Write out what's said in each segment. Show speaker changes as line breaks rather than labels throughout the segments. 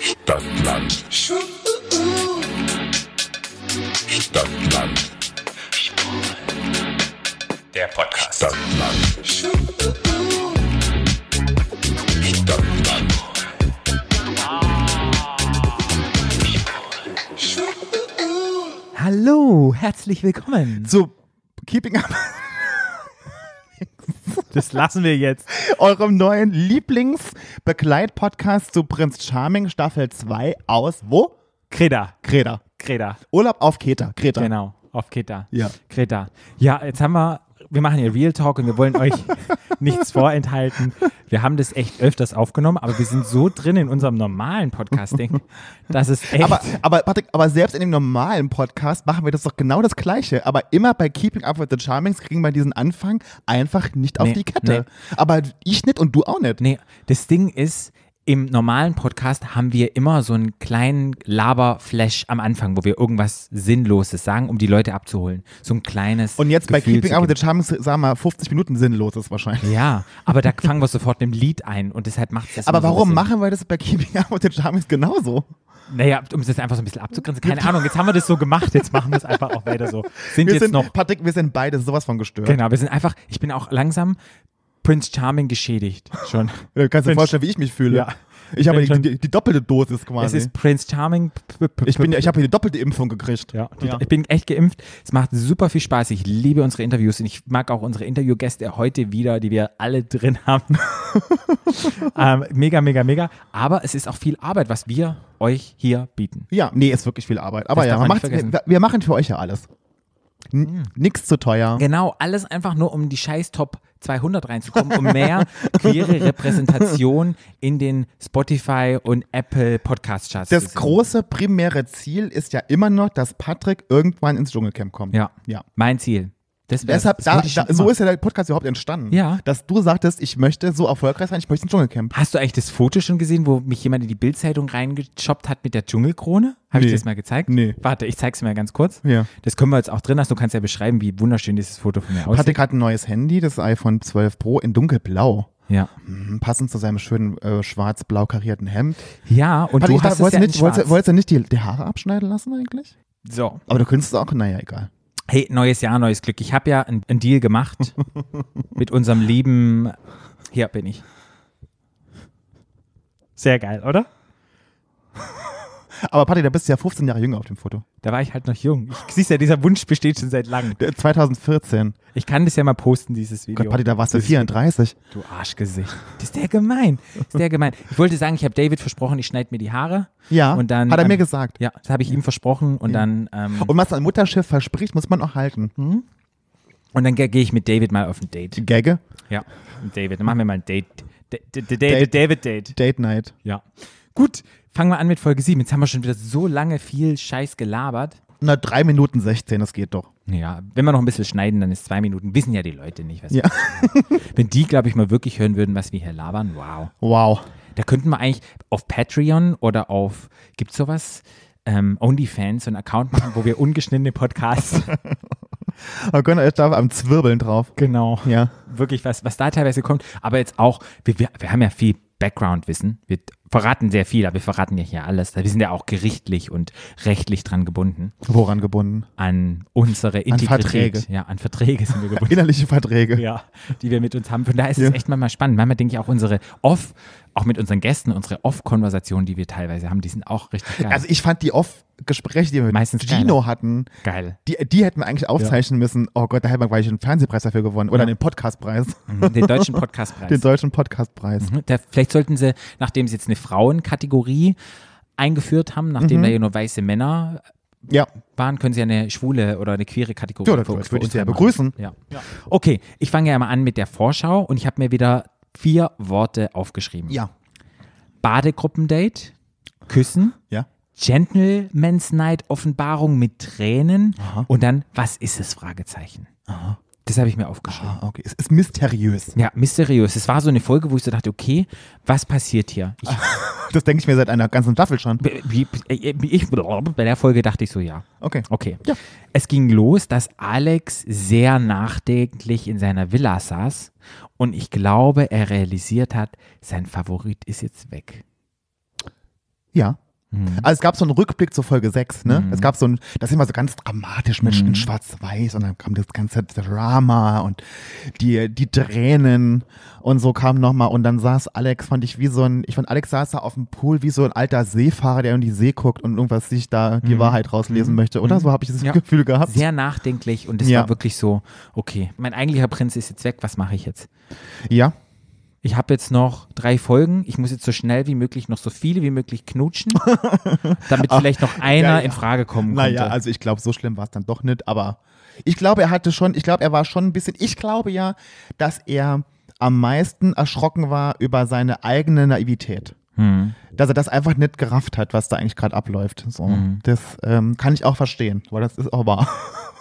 Stadtland. Stadtland.
Der Podcast.
Stadtland. Stadtland.
Hallo, herzlich willkommen.
zu Keeping Up,
Das lassen wir jetzt.
eurem neuen Lieblingsbegleit-Podcast zu Prinz Charming Staffel 2 aus wo?
Kreta,
Kreta.
Kreta,
Urlaub auf Kreta. Kreta.
genau, auf Kreta.
Ja.
Kreta. Ja, jetzt haben wir, wir machen hier Real Talk und wir wollen euch nichts vorenthalten. Wir haben das echt öfters aufgenommen, aber wir sind so drin in unserem normalen Podcasting, dass es echt.
Aber, aber, Patrick, aber selbst in dem normalen Podcast machen wir das doch genau das Gleiche. Aber immer bei Keeping Up with the Charmings kriegen wir diesen Anfang einfach nicht auf
Nee,
die Kette. Aber ich nicht und du auch nicht.
Nee, das Ding ist, im normalen Podcast haben wir immer so einen kleinen Laberflash am Anfang, wo wir irgendwas Sinnloses sagen, um die Leute abzuholen. So ein kleines.
Und jetzt bei
Gefühl
Keeping
zu
Up
geben.
with the Charmings, sagen wir mal, 50 Minuten sinnlos ist wahrscheinlich.
Ja, aber da fangen wir sofort mit dem Lied ein und deshalb macht es das.
Aber
immer so ein
warum
bisschen-
machen wir das bei Keeping Up with the Charmings genauso?
Naja, um es jetzt einfach so ein bisschen abzugrenzen. Keine Ahnung, jetzt haben wir das so gemacht, jetzt machen wir es einfach auch weiter so. Sind
Wir
jetzt
sind,
noch.
Patrick, wir sind beide sowas von gestört.
Genau, wir sind einfach, ich bin auch langsam Prince Charming geschädigt schon.
Du kannst dir
Mensch.
vorstellen, wie ich mich fühle.
Ja.
Ich habe
Bin
die,
schon-
die, die doppelte Dosis
Es
quasi.
ist Prince Charming. p- p-
ich bin, ich habe hier die doppelte Impfung gekriegt.
Ja,
Ja.
ich bin echt geimpft. Es macht super viel Spaß. Ich liebe unsere Interviews und ich mag auch unsere Interviewgäste heute wieder, die wir alle drin haben. ähm, mega, mega, mega. Aber es ist auch viel Arbeit, was wir euch hier bieten.
Ja, nee, ist wirklich viel Arbeit. Aber
Das
ja,
darf man
macht's,
nicht vergessen.
wir, wir machen für euch ja alles. N Nix zu teuer.
Genau, alles einfach nur, um die scheiß Top 200 reinzukommen, um mehr queere Repräsentation in den Spotify und Apple Podcast-Charts zu
Das
sehen.
große primäre Ziel ist ja immer noch, dass Patrick irgendwann ins Dschungelcamp kommt.
Ja.
Ja.
Mein Ziel. Das wär's.
Deshalb,
Das
da,
wollte ich schon
da, so
immer.
ist ja der Podcast überhaupt entstanden.
Ja.
Dass du sagtest, ich möchte so erfolgreich sein, ich möchte ins Dschungelcamp.
Hast du eigentlich das Foto schon gesehen, wo mich jemand in die Bildzeitung reingechoppt hat mit der Dschungelkrone? Habe ich
Nee.
dir das mal gezeigt?
Nee.
Warte, ich zeig's mir ganz kurz.
Ja.
Das können wir jetzt auch drin lassen. Du kannst ja beschreiben, wie wunderschön dieses Foto von mir aussieht.
Patrick hat ein neues Handy, das iPhone 12 Pro in dunkelblau.
Ja.
Mhm, Passend zu seinem schönen äh, schwarz-blau karierten Hemd.
Ja, und
Patrick,
du hast
da-
es
wolltest
ja
du
in
nicht, wolltest,
schwarz.
du- wolltest du nicht die, die Haare abschneiden lassen eigentlich?
So.
Aber du könntest es auch, naja, egal.
Hey, neues Jahr, neues Glück. Ich habe ja einen einen Deal gemacht mit unserem lieben. Hier bin ich. Sehr geil, oder?
Aber Patti, da bist du ja 15 Jahre jünger auf dem Foto.
Da war ich halt noch jung. Ich siehst ja, dieser Wunsch besteht schon seit langem.
Der- 2014.
Ich kann das ja mal posten, dieses Video.
Gott, Patti, da warst du
Dieses
34.
Du Arschgesicht. Das ist der gemein. Das ist der gemein. Ich wollte sagen, ich habe David versprochen, ich schneide mir die Haare.
Ja,
und dann,
hat er mir
ähm,
gesagt.
Ja, das habe ich ihm versprochen und dann ähm,
Und was ein Mutterschiff verspricht, muss man auch halten.
Hm? und dann ge- gehe ich mit David mal auf ein Date.
Gagge,
Ja, mit David. Dann machen wir mal ein Date. D- d- d- Date.
Date.
David Date.
Date Night.
Ja. Gut, fangen wir an mit Folge 7. Jetzt haben wir schon wieder so lange viel Scheiß gelabert.
Na, 3 Minuten 16, das geht doch.
Ja, wenn wir noch ein bisschen schneiden, dann ist zwei Minuten. Wissen ja die Leute nicht, was
Ja.
Wenn die, glaube ich, mal wirklich hören würden, was wir hier labern, wow.
Wow.
Da könnten wir eigentlich auf Patreon oder auf, gibt's sowas? Ähm, OnlyFans, so einen Account machen, wo wir ungeschnittene Podcasts,
Aber gönnt euch da am Zwirbeln drauf.
genau,
Ja.
wirklich was, was da teilweise kommt. Aber jetzt auch, wir, wir, wir haben ja viel Background-Wissen. Wir verraten sehr viel, aber wir verraten ja hier alles. Wir sind ja auch gerichtlich und rechtlich dran gebunden.
Woran gebunden?
An unsere Integrität.
Verträge.
Ja, an Verträge sind wir gebunden.
Innerliche Verträge.
ja, die wir mit uns haben. Von daher ist
Ja.
es echt manchmal spannend. Manchmal denke ich auch unsere Off, auch mit unseren Gästen, unsere Off-Konversationen, die wir teilweise haben, die sind auch richtig geil.
Also ich fand die Off-Gespräche, die wir mit
Meistens
Gino hatten,
geil.
die, die hätten wir eigentlich aufzeichnen müssen. Oh Gott, da hätten wir gleich einen Fernsehpreis dafür gewonnen. Oder
Ja.
einen Podcastpreis.
Den deutschen Podcastpreis.
Den deutschen Podcastpreis.
da, vielleicht sollten sie, nachdem sie jetzt eine Frauenkategorie eingeführt haben,
Mhm.
nachdem da ja nur weiße Männer
Ja.
waren, können sie ja eine schwule oder eine queere Kategorie
Ja, das
für-
würde
für
ich
uns
sehr
machen.
begrüßen.
Ja. Okay, ich fange ja mal an mit der Vorschau und ich habe mir wieder vier Worte aufgeschrieben.
Ja.
Badegruppendate, Küssen,
Ja.
Gentleman's Night, Offenbarung mit Tränen und dann, was ist es? Fragezeichen. Das habe ich mir aufgeschrieben.
Ah, okay. Es ist mysteriös.
Ja, mysteriös. Es war so eine Folge, wo ich so dachte, okay, was passiert hier? Ich,
Das denke ich mir seit einer ganzen Staffel schon.
wie, wie ich, bei der Folge dachte ich so, ja.
Okay.
Okay.
Ja.
Es ging los, dass Alex sehr nachdenklich in seiner Villa saß und ich glaube, er realisiert hat, sein Favorit ist jetzt weg.
Ja. Also es gab so einen Rückblick zur Folge 6, ne?
Mhm.
Es gab so ein, das ist immer so ganz dramatisch mit in Schwarz-Weiß und dann kam das ganze Drama und die, die Tränen und so kam nochmal und dann saß Alex, fand ich wie so ein, ich fand Alex saß da auf dem Pool wie so ein alter Seefahrer, der in die See guckt und irgendwas sich da die Wahrheit rauslesen möchte, oder? So habe ich das
Mhm. Ja.
Gefühl gehabt.
Sehr nachdenklich und es
Ja.
war wirklich so, okay, mein eigentlicher Prinz ist jetzt weg, was mache ich jetzt?
Ja.
Ich habe jetzt noch drei Folgen, ich muss jetzt so schnell wie möglich noch so viele wie möglich knutschen, damit vielleicht noch einer
Ah. ja, ja.
in Frage kommen könnte.
Naja, also ich glaube, so schlimm war es dann doch nicht, aber ich glaube, er hatte schon, ich glaube, er war schon ein bisschen, ich glaube ja, dass er am meisten erschrocken war über seine eigene Naivität.
Hm.
Dass er das einfach nicht gerafft hat, was da eigentlich gerade abläuft. So, Das ähm, kann ich auch verstehen, weil das ist auch wahr.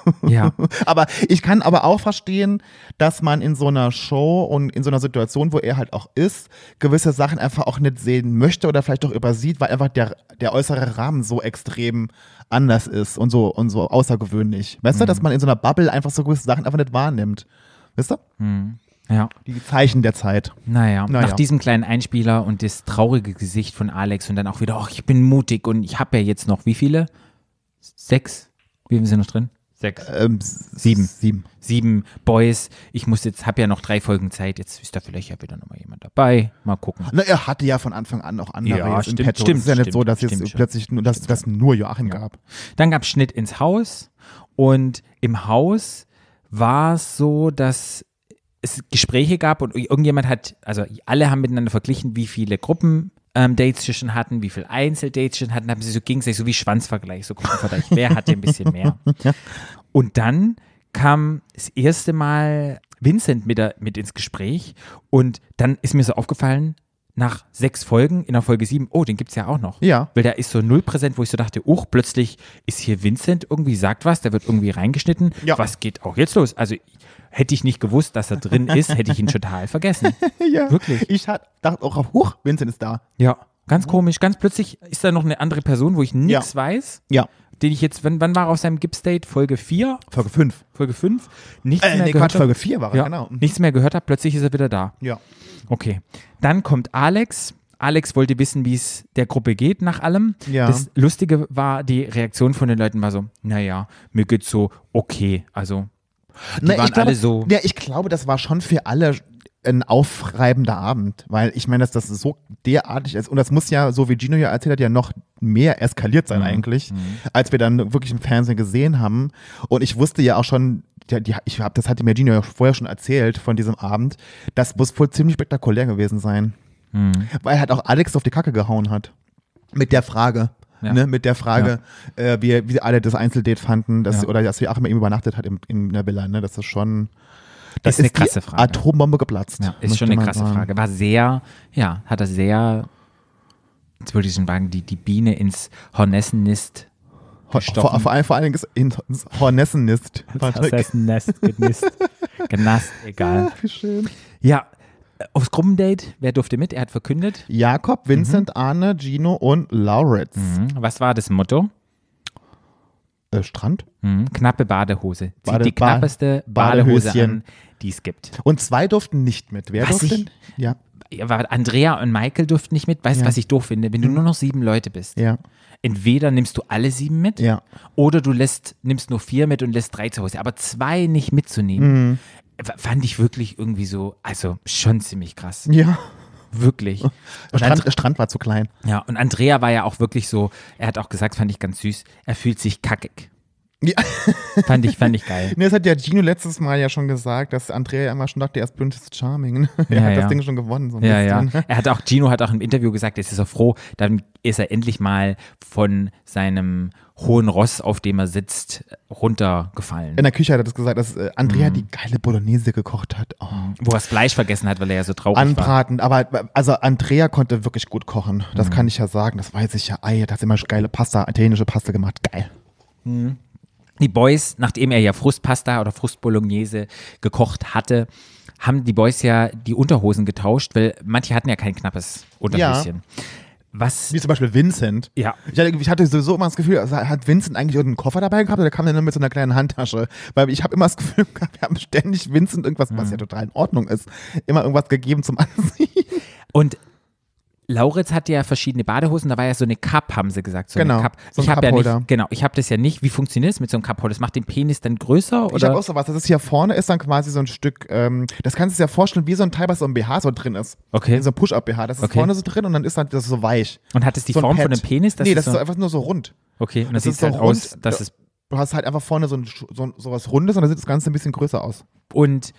ja.
aber ich kann aber auch verstehen, dass man in so einer Show und in so einer Situation, wo er halt auch ist, gewisse Sachen einfach auch nicht sehen möchte oder vielleicht auch übersieht, weil einfach der, der äußere Rahmen so extrem anders ist und so und so außergewöhnlich.
Mhm.
Weißt du, dass man in so einer Bubble einfach so gewisse Sachen einfach nicht wahrnimmt. Wisst ihr?
ja.
Die Zeichen der Zeit.
Naja,
Naja.
nach diesem kleinen Einspieler und das traurige Gesicht von Alex und dann auch wieder, ach, ich bin mutig und ich habe ja jetzt noch wie viele? Sechs? Wie viel sind noch drin? Sechs.
Ähm, s-
Sieben.
Sieben.
Sieben Boys. Ich muss jetzt, habe ja noch drei Folgen Zeit. Jetzt ist da vielleicht ja wieder nochmal jemand dabei. Mal gucken.
Na, er hatte ja von Anfang an auch andere
Ja,
jetzt im
stimmt,
Petto.
stimmt,
es ist ja nicht
stimmt,
so, dass jetzt
stimmt schon.
plötzlich nur, dass, dass nur Joachim gab.
Dann gab es Schnitt ins Haus und im Haus war es so, dass es Gespräche gab und irgendjemand hat, also alle haben miteinander verglichen, wie viele Gruppen. Ähm, Dates sie schon hatten, wie viel Einzeldates sie schon hatten, haben sie so gegenseitig, so wie Schwanzvergleich, so Gruppenvergleich, wer hatte ein bisschen mehr. Und dann kam das erste Mal Vincent mit, der, mit ins Gespräch und dann ist mir so aufgefallen, nach sechs Folgen, in der Folge sieben, oh, den gibt es ja auch noch.
Ja.
Weil da ist so null präsent, wo ich so dachte, uch, plötzlich ist hier Vincent irgendwie, sagt was, der wird irgendwie reingeschnitten.
Ja.
Was geht auch jetzt los? Also hätte ich nicht gewusst, dass er drin ist, hätte ich ihn total vergessen.
Ja.
Wirklich?
Ich hat, dachte auch, huch, Vincent ist da.
Ja. Ganz komisch, ganz plötzlich ist da noch eine andere Person, wo ich nichts
Ja.
weiß,
Ja.
den ich jetzt, wann, wann war er auf seinem Gips-Date? Folge 4,
Folge 5.
Folge 5? Nichts
Äh,
mehr
nee,
gehört.
Quatsch, Folge 4 war er,
ja,
genau.
Nichts mehr gehört habe, plötzlich ist er wieder da.
Ja.
Okay. Dann kommt Alex. Alex wollte wissen, wie es der Gruppe geht nach allem.
Ja.
Das Lustige war, die Reaktion von den Leuten war so, naja, mir geht's so okay. Also, die waren
glaube,
alle so.
Ja, ich glaube, das war schon für alle ein aufreibender Abend, weil ich meine, dass das so derartig ist und das muss ja, so wie Gino ja erzählt hat, ja noch mehr eskaliert
Mhm.
sein eigentlich, als wir dann wirklich im Fernsehen gesehen haben und ich wusste ja auch schon, ja, die, ich hab, das hatte mir Gino ja vorher schon erzählt von diesem Abend, das muss wohl ziemlich spektakulär gewesen sein,
hm,
weil halt auch Alex auf die Kacke gehauen hat mit der Frage.
Ja.
Ne, mit der Frage, äh, wie, wie alle das Einzeldate fanden, dass,
Ja.
oder dass Joachim bei ihm übernachtet hat in, in der Villa, ne? Das ist schon.
Ist eine krasse
die
Frage.
Atombombe geplatzt.
ja, ist
möchte
schon eine
man
krasse
sagen.
Frage. War sehr, ja, hat er sehr, jetzt würde ich schon sagen, die, die Biene ins Hornessennest
Ho- Vor,
gestochen.
vor, allem, vor allen Dingen ist in ins Hornessennest. Patrick.
Hornessennest genisst. Genasst, egal.
Ach, wie schön.
Ja, aufs Gruppendate, wer durfte mit? Er hat verkündet. Mhm.
Jakob, Vincent, Arne, Gino und Lauritz.
Hm, Was war das Motto?
Äh, Strand.
Mhm. Knappe Badehose. Zieht
Bade-
die
Ba-
knappeste Badehose
Badehöschen.
an, die es gibt.
Und zwei durften nicht mit. Wer
Was
durfte?
ich-
denn? Ja,
Ja, aber Andrea und Michael durften nicht mit. Weißt du,
Ja. Hm.
was ich doof finde? Wenn du nur noch sieben Leute bist,
ja.
entweder nimmst du alle sieben mit
Ja.
oder du lässt, nimmst nur vier mit und lässt drei zu Hause. Aber zwei nicht mitzunehmen,
Hm.
f- fand ich wirklich irgendwie so, also schon ziemlich krass.
Ja.
Wirklich. Und Andre-
Strand, Strand war zu klein.
Ja, und Andrea war ja auch wirklich so, er hat auch gesagt, fand ich ganz süß, er fühlt sich kackig.
Ja.
Fand ich, fand ich geil.
Nee, das hat ja Gino letztes Mal ja schon gesagt, dass Andrea ja immer schon dachte, er ist blödes Charming. ne? Er
Ja,
hat
ja.
das Ding schon gewonnen. So ein
Ja, ja.
bisschen.
Er hat auch, Gino hat auch im Interview gesagt, jetzt ist er froh, dann ist er endlich mal von seinem hohen Ross, auf dem er sitzt, runtergefallen.
In der Küche hat er das gesagt, dass äh,
Mhm.
Andrea die geile Bolognese gekocht hat. Oh.
Wo er das Fleisch vergessen hat, weil er ja so traurig war.
Anbraten, aber also Andrea konnte wirklich gut kochen.
Mhm.
Das kann ich ja sagen, das weiß ich ja. Ei, das hat immer geile Pasta, italienische Pasta gemacht. Geil.
Die Boys, nachdem er ja Frustpasta oder Frustbolognese gekocht hatte, haben die Boys ja die Unterhosen getauscht, weil manche hatten ja kein knappes Unterhöschen. Was
Wie zum Beispiel Vincent.
Ja.
Ich hatte, ich hatte sowieso immer das Gefühl, also hat Vincent eigentlich irgendeinen Koffer dabei gehabt oder kam der nur mit so einer kleinen Handtasche? Weil ich habe immer das Gefühl gehabt, wir haben ständig
Mhm.
Vincent irgendwas, was ja total in Ordnung ist, immer irgendwas gegeben zum Anziehen.
Und Lauritz hatte ja verschiedene Badehosen, da war ja so eine Cup, haben sie gesagt. So
Genau,
Eine Cup.
so ein
ich habe ja
Cupholder.
nicht, genau, ich habe das ja nicht. Wie funktioniert das mit so einem Cupholder? Das macht den Penis dann größer
Ich habe
oder?
auch sowas. Das ist hier vorne, ist dann quasi so ein Stück, ähm, das kannst du dir ja vorstellen, wie so ein Teil, was so ein BH so drin ist.
Okay.
So ein Push-Up-BH. Das ist
Okay.
vorne so drin und dann ist halt das so weich.
Und hat es die
so ein
Form
Pad.
von einem Penis?
nee, das ist so einfach nur so rund.
okay. Und das,
das
sieht
ist so
halt aus,
rund,
dass
ja.
es
Du hast halt einfach vorne so, ein, Sch- so, so was Rundes und dann sieht das Ganze ein bisschen größer aus.
und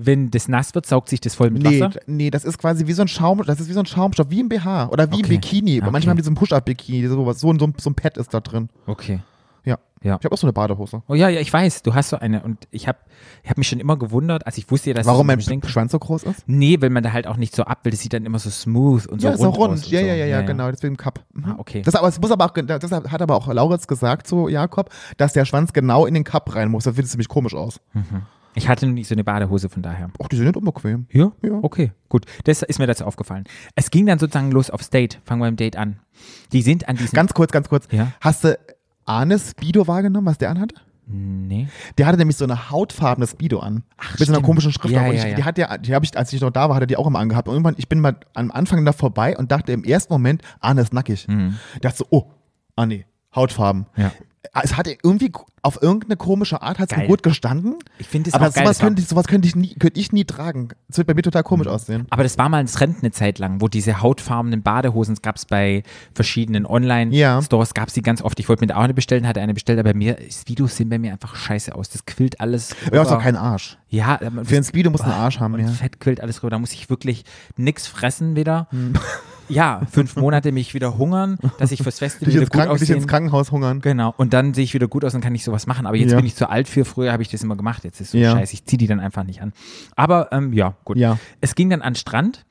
wenn das nass wird, saugt sich das voll mit
Nee,
Wasser.
d- nee, das ist quasi wie so ein Schaum, das ist wie so ein Schaumstoff, wie ein BH oder wie ein
Okay.
Bikini. Aber
Okay.
Manchmal haben die so ein Push-Up-Bikini, sowas. So, ein- so, ein- so ein Pad ist da drin.
Okay.
Ja.
Ja.
Ich habe auch so eine Badehose.
Oh ja, ja, ich weiß, du hast so eine und ich habe ich hab mich schon immer gewundert, als ich wusste, ja, dass
Warum mein
das so ein Geschenk-
Schwanz so groß ist?
Nee, weil man da halt auch nicht so ab will, das sieht dann immer so smooth und so
ja,
rund
ist auch rund.
aus und
Ja,
so.
ja, ja, ja, genau. Deswegen Cup. Mhm.
Ah, okay.
Das, aber es muss aber auch, das hat aber auch Lauritz gesagt zu Jakob, dass der Schwanz genau in den Cup rein muss. Das sieht ziemlich komisch aus.
Ich hatte noch nicht so eine Badehose von daher.
Ach, die sind nicht unbequem.
Ja?
Ja.
Okay, gut. Das ist mir dazu aufgefallen. Es ging dann sozusagen los aufs Date. Fangen wir im Date an. Die sind an diesem.
Ganz kurz, ganz kurz.
Ja.
Hast du Arnes Speedo wahrgenommen, was der anhatte?
nee.
Der hatte nämlich so eine hautfarbene Speedo an. mit so einer
stimmt.
komischen Schrift.
Ja,
drauf. Und
ja,
ich,
ja.
Die hat ja, die habe ich, als ich noch da war, hatte die auch immer angehabt. Und irgendwann, ich bin mal am Anfang da vorbei und dachte im ersten Moment, Arne ist nackig. Dachte so, oh, ah nee, Hautfarben.
Mhm. Ja.
Es Also hat irgendwie auf irgendeine komische Art hat es mir
Geil.
gut gestanden.
Ich finde es
aber
auch geil,
sowas
das war-
könnte ich, sowas könnte ich nie, könnte ich nie tragen. Das wird bei mir total komisch aussehen.
Aber das war mal ein Trend eine Zeit lang, wo diese hautfarbenen Badehosen, es gab es bei verschiedenen
Ja.
Online-Stores, gab es die ganz oft. Ich wollte mir da auch eine bestellen, hatte eine bestellt, aber mir, Speedos sehen bei mir einfach scheiße aus. Das quillt alles.
Du hast
rüber.
auch keinen Arsch.
Ja, aber
Für ein Speedo muss ein Arsch haben,
und
ja.
Fett quillt alles rüber. Da muss ich wirklich nix fressen wieder.
Hm.
Ja, fünf Monate mich wieder hungern, dass ich fürs Festival
Dich
wieder
ins,
gut
Kranken, dich
aussehen.
ins Krankenhaus hungern.
Genau, und dann sehe ich wieder gut aus und kann ich sowas machen. Aber jetzt
Ja.
bin ich zu alt für, früher habe ich das immer gemacht. Jetzt ist so
Ja.
scheiße, ich ziehe die dann einfach nicht an. Aber ähm, ja, gut.
Ja.
Es ging dann an den Strand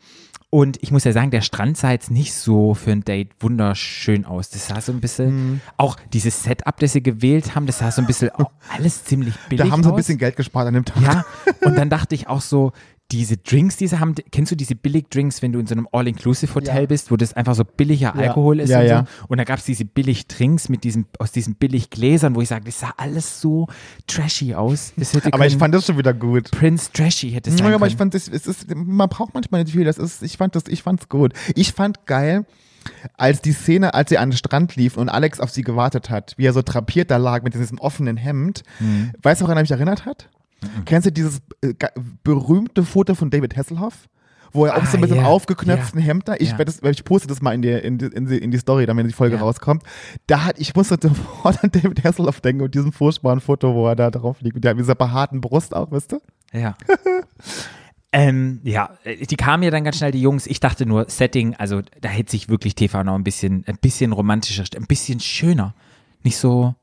und ich muss ja sagen, der Strand sah jetzt nicht so für ein Date wunderschön aus. Das sah so ein bisschen,
Mhm.
auch dieses Setup, das sie gewählt haben, das sah so ein bisschen auch alles ziemlich billig
Da haben sie ein
aus.
bisschen Geld gespart an dem Tag.
Ja, und dann dachte ich auch so, diese Drinks, die sie haben, kennst du diese Billig-Drinks, wenn du in so einem All-Inclusive-Hotel
Ja.
bist, wo das einfach so billiger
Ja.
Alkohol ist
Ja,
und
ja.
so. Und da gab es diese Billig-Drinks mit diesem, aus diesen Billig-Gläsern, wo ich sage, das sah alles so trashy aus. Das hätte
Aber ich
können-
fand das schon wieder gut.
Prince Trashy hätte es sein
Ja, aber ich
können.
fand, das, es ist, man braucht manchmal nicht viel. Das ist, ich fand das, ich fand's gut. Ich fand geil, als die Szene, als sie an den Strand liefen und Alex auf sie gewartet hat, wie er so drapiert da lag mit diesem offenen Hemd.
Mhm.
Weißt du, woran er mich erinnert hat? Kennst du dieses äh, ge- berühmte Foto von David Hasselhoff? Wo er auch so
Ah,
mit so einem
ja,
aufgeknöpften
ja,
Hemd da, ich,
ja.
werd das, ich poste das mal in die, in, die, in, die, in die Story, dann wenn die Folge
Ja.
rauskommt. Da hat, ich musste sofort an David Hasselhoff denken und diesem furchtbaren Foto, wo er da drauf liegt. Und der mit dieser behaarten Brust auch, weißt du?
Ja. ähm, ja, äh, die kamen ja dann ganz schnell, die Jungs. Ich dachte nur, Setting, also da hätte sich wirklich TV noch ein bisschen, ein bisschen romantischer, ein bisschen schöner. Nicht so,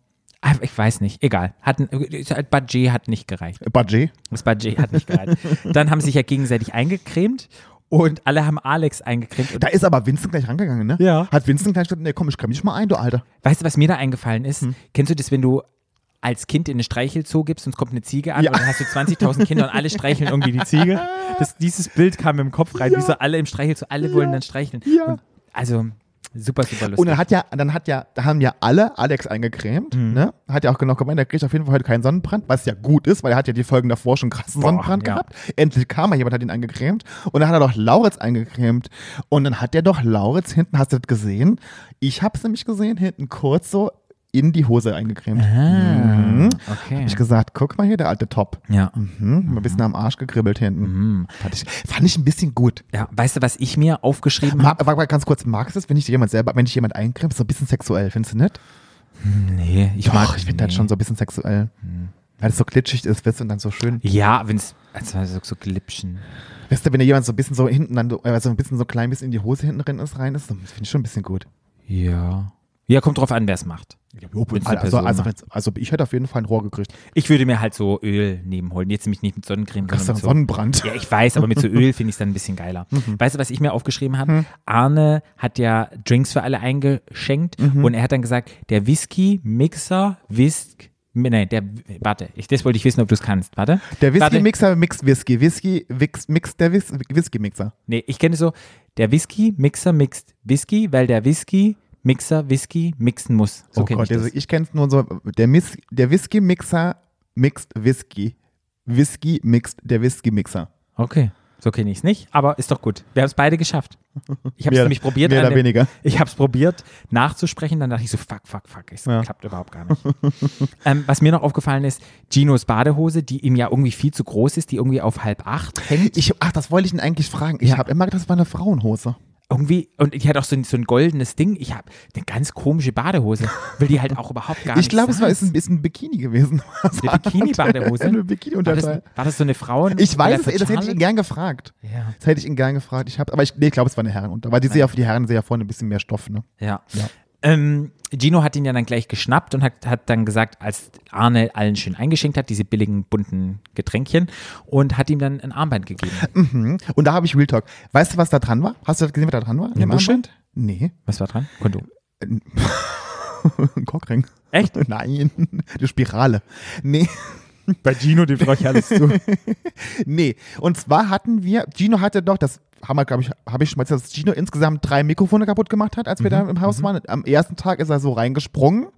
ah, ich weiß nicht, egal. Hat, ein- äh, Budget hat nicht gereicht.
Budget.
Das Budget hat nicht gereicht. dann haben sich ja gegenseitig eingecremt und alle haben Alex eingecremt. Und
Da ist aber Vincent gleich rangegangen, ne?
Ja.
Hat Vincent gleich gesagt, nee, komm, ich creme dich mal ein, du Alter.
weißt du, was mir da eingefallen ist?
Hm.
Kennst du das, wenn du als Kind in eine Streichelzoo gibst und es kommt eine Ziege an
Ja.
und dann hast du 20.000 Kinder und alle streicheln irgendwie die Ziege? Das, dieses Bild kam mir im Kopf rein, wie so alle im Streichelzoo, alle wollen dann streicheln.
Ja.
Und, also super, super lustig.
Und dann hat ja, dann hat ja, da haben ja alle Alex eingecremt,
Mhm.
ne? Hat ja auch genau gemeint, der kriegt auf jeden Fall heute keinen Sonnenbrand, was ja gut ist, weil er hat ja die Folgen davor schon krassen
Boah,
Sonnenbrand
ja.
gehabt. Endlich kam er, jemand hat ihn eingecremt. Und dann hat er doch Lauritz eingecremt. Und dann hat er doch Lauritz hinten, hast du das gesehen? Ich hab's nämlich gesehen, hinten kurz so in die Hose eingecremt. Mhm.
Ah. okay.
Hab ich gesagt, guck mal hier, der alte Top.
ja.
Mhm, mal ein bisschen am Arsch gekribbelt
Mhm.
hinten. Fand, ich, fand ich ein bisschen gut.
ja. Weißt du, was ich mir aufgeschrieben habe?
Ma warte mal ganz kurz, magst du es, wenn ich dir jemand selber, wenn ich jemand eincreme, so ein bisschen sexuell, findest du nicht?
Nee, ich Hm. mag.
ich finde das schon so ein bisschen sexuell. Weil es so glitschig ist, weißt du, und dann so schön.
Ja, wenn es, also so, so glitschen.
Weißt du, wenn dir jemand so ein bisschen so hinten dann, so- äh, so ein bisschen so klein bisschen in die Hose hinten drin ist, rein ist, so, das finde ich schon ein bisschen gut.
Ja. Ja, kommt drauf an, wer es macht. wenn's eine
Also,
Person
also,
macht.
also, also ich hätte auf jeden Fall ein Rohr gekriegt.
Ich würde mir halt so Öl nebenholen. Jetzt nämlich nicht mit Sonnencreme,
Kriegst du
sondern
einen
mit so.
Sonnenbrand.
Ja, ich weiß, aber mit so Öl finde ich es dann ein bisschen geiler.
Mhm.
Weißt du, was ich mir aufgeschrieben habe? Arne hat ja Drinks für alle eingeschenkt
Mhm.
und er hat dann gesagt, der Whisky-Mixer, Whisk, nein, der, warte, ich, das wollte ich wissen, ob du es kannst. Warte.
Der
warte,
Whisky-Mixer mixt Whisky. Whisky mix, mixt der Whis- Whisky-Mixer.
Nee, ich kenne so, der Whisky-Mixer mixt Whisky, weil der Whisky-Mixer Whisky mixen muss. So
oh
kenne
Gott,
ich das.
also ich kenne es nur so. Der, Mis- der Whisky-Mixer mixt Whisky. Whisky mixt der Whisky-Mixer.
Okay. So kenne ich es nicht, aber ist doch gut. Wir haben es beide geschafft. Ich habe es
Mehr-
nämlich probiert.
mehr
an
oder
dem-
weniger.
Ich habe es probiert nachzusprechen, dann dachte ich so, fuck, fuck, fuck. Ich so,
Ja.
klappt überhaupt gar nicht. ähm, was mir noch aufgefallen ist, Ginos Badehose, die ihm ja irgendwie viel zu groß ist, die irgendwie auf halb acht hängt.
Ich, ach, das wollte ich ihn eigentlich fragen. Ich habe immer gedacht, das war eine Frauenhose.
Irgendwie, und die hat auch so ein, so ein goldenes Ding. Ich habe eine ganz komische Badehose, will die halt auch überhaupt gar
Ich
nicht
glaube, es war
sein.
ist ein, ist ein Bikini gewesen. Was
Eine Bikini-Badehose?
Eine
war das,
Bikini-Unterteil.
war das so eine Frauen?
Ich weiß,
oder
es, das hätte ich ihn gern gefragt.
Ja.
Das hätte ich ihn gern gefragt. Ich hab, aber ich, nee, ich glaube, es war eine Herrenunter. Weil die sehen ja für die Herren sehr ja vorne ein bisschen mehr Stoff, ne?
Ja. Ähm, Gino hat ihn ja dann gleich geschnappt und hat, hat dann gesagt, als Arne allen schön eingeschenkt hat, diese billigen bunten Getränkchen und hat ihm dann ein Armband gegeben.
Mhm. Und da habe ich Real Talk. Weißt du, was da dran war? Hast du das gesehen, was da dran war? Eine
Muschel?
Nee.
Was war dran? Kondom.
Ein Cockring.
Echt?
Nein. Eine Spirale. Nee.
Bei Äh, Gino, dem traue ich alles zu.
Nee, und zwar hatten wir, Gino hatte doch, das haben wir, glaube ich, habe ich schon mal erzählt, dass Gino insgesamt drei Mikrofone kaputt gemacht hat, als wir da im Haus waren. Am ersten Tag ist er so reingesprungen,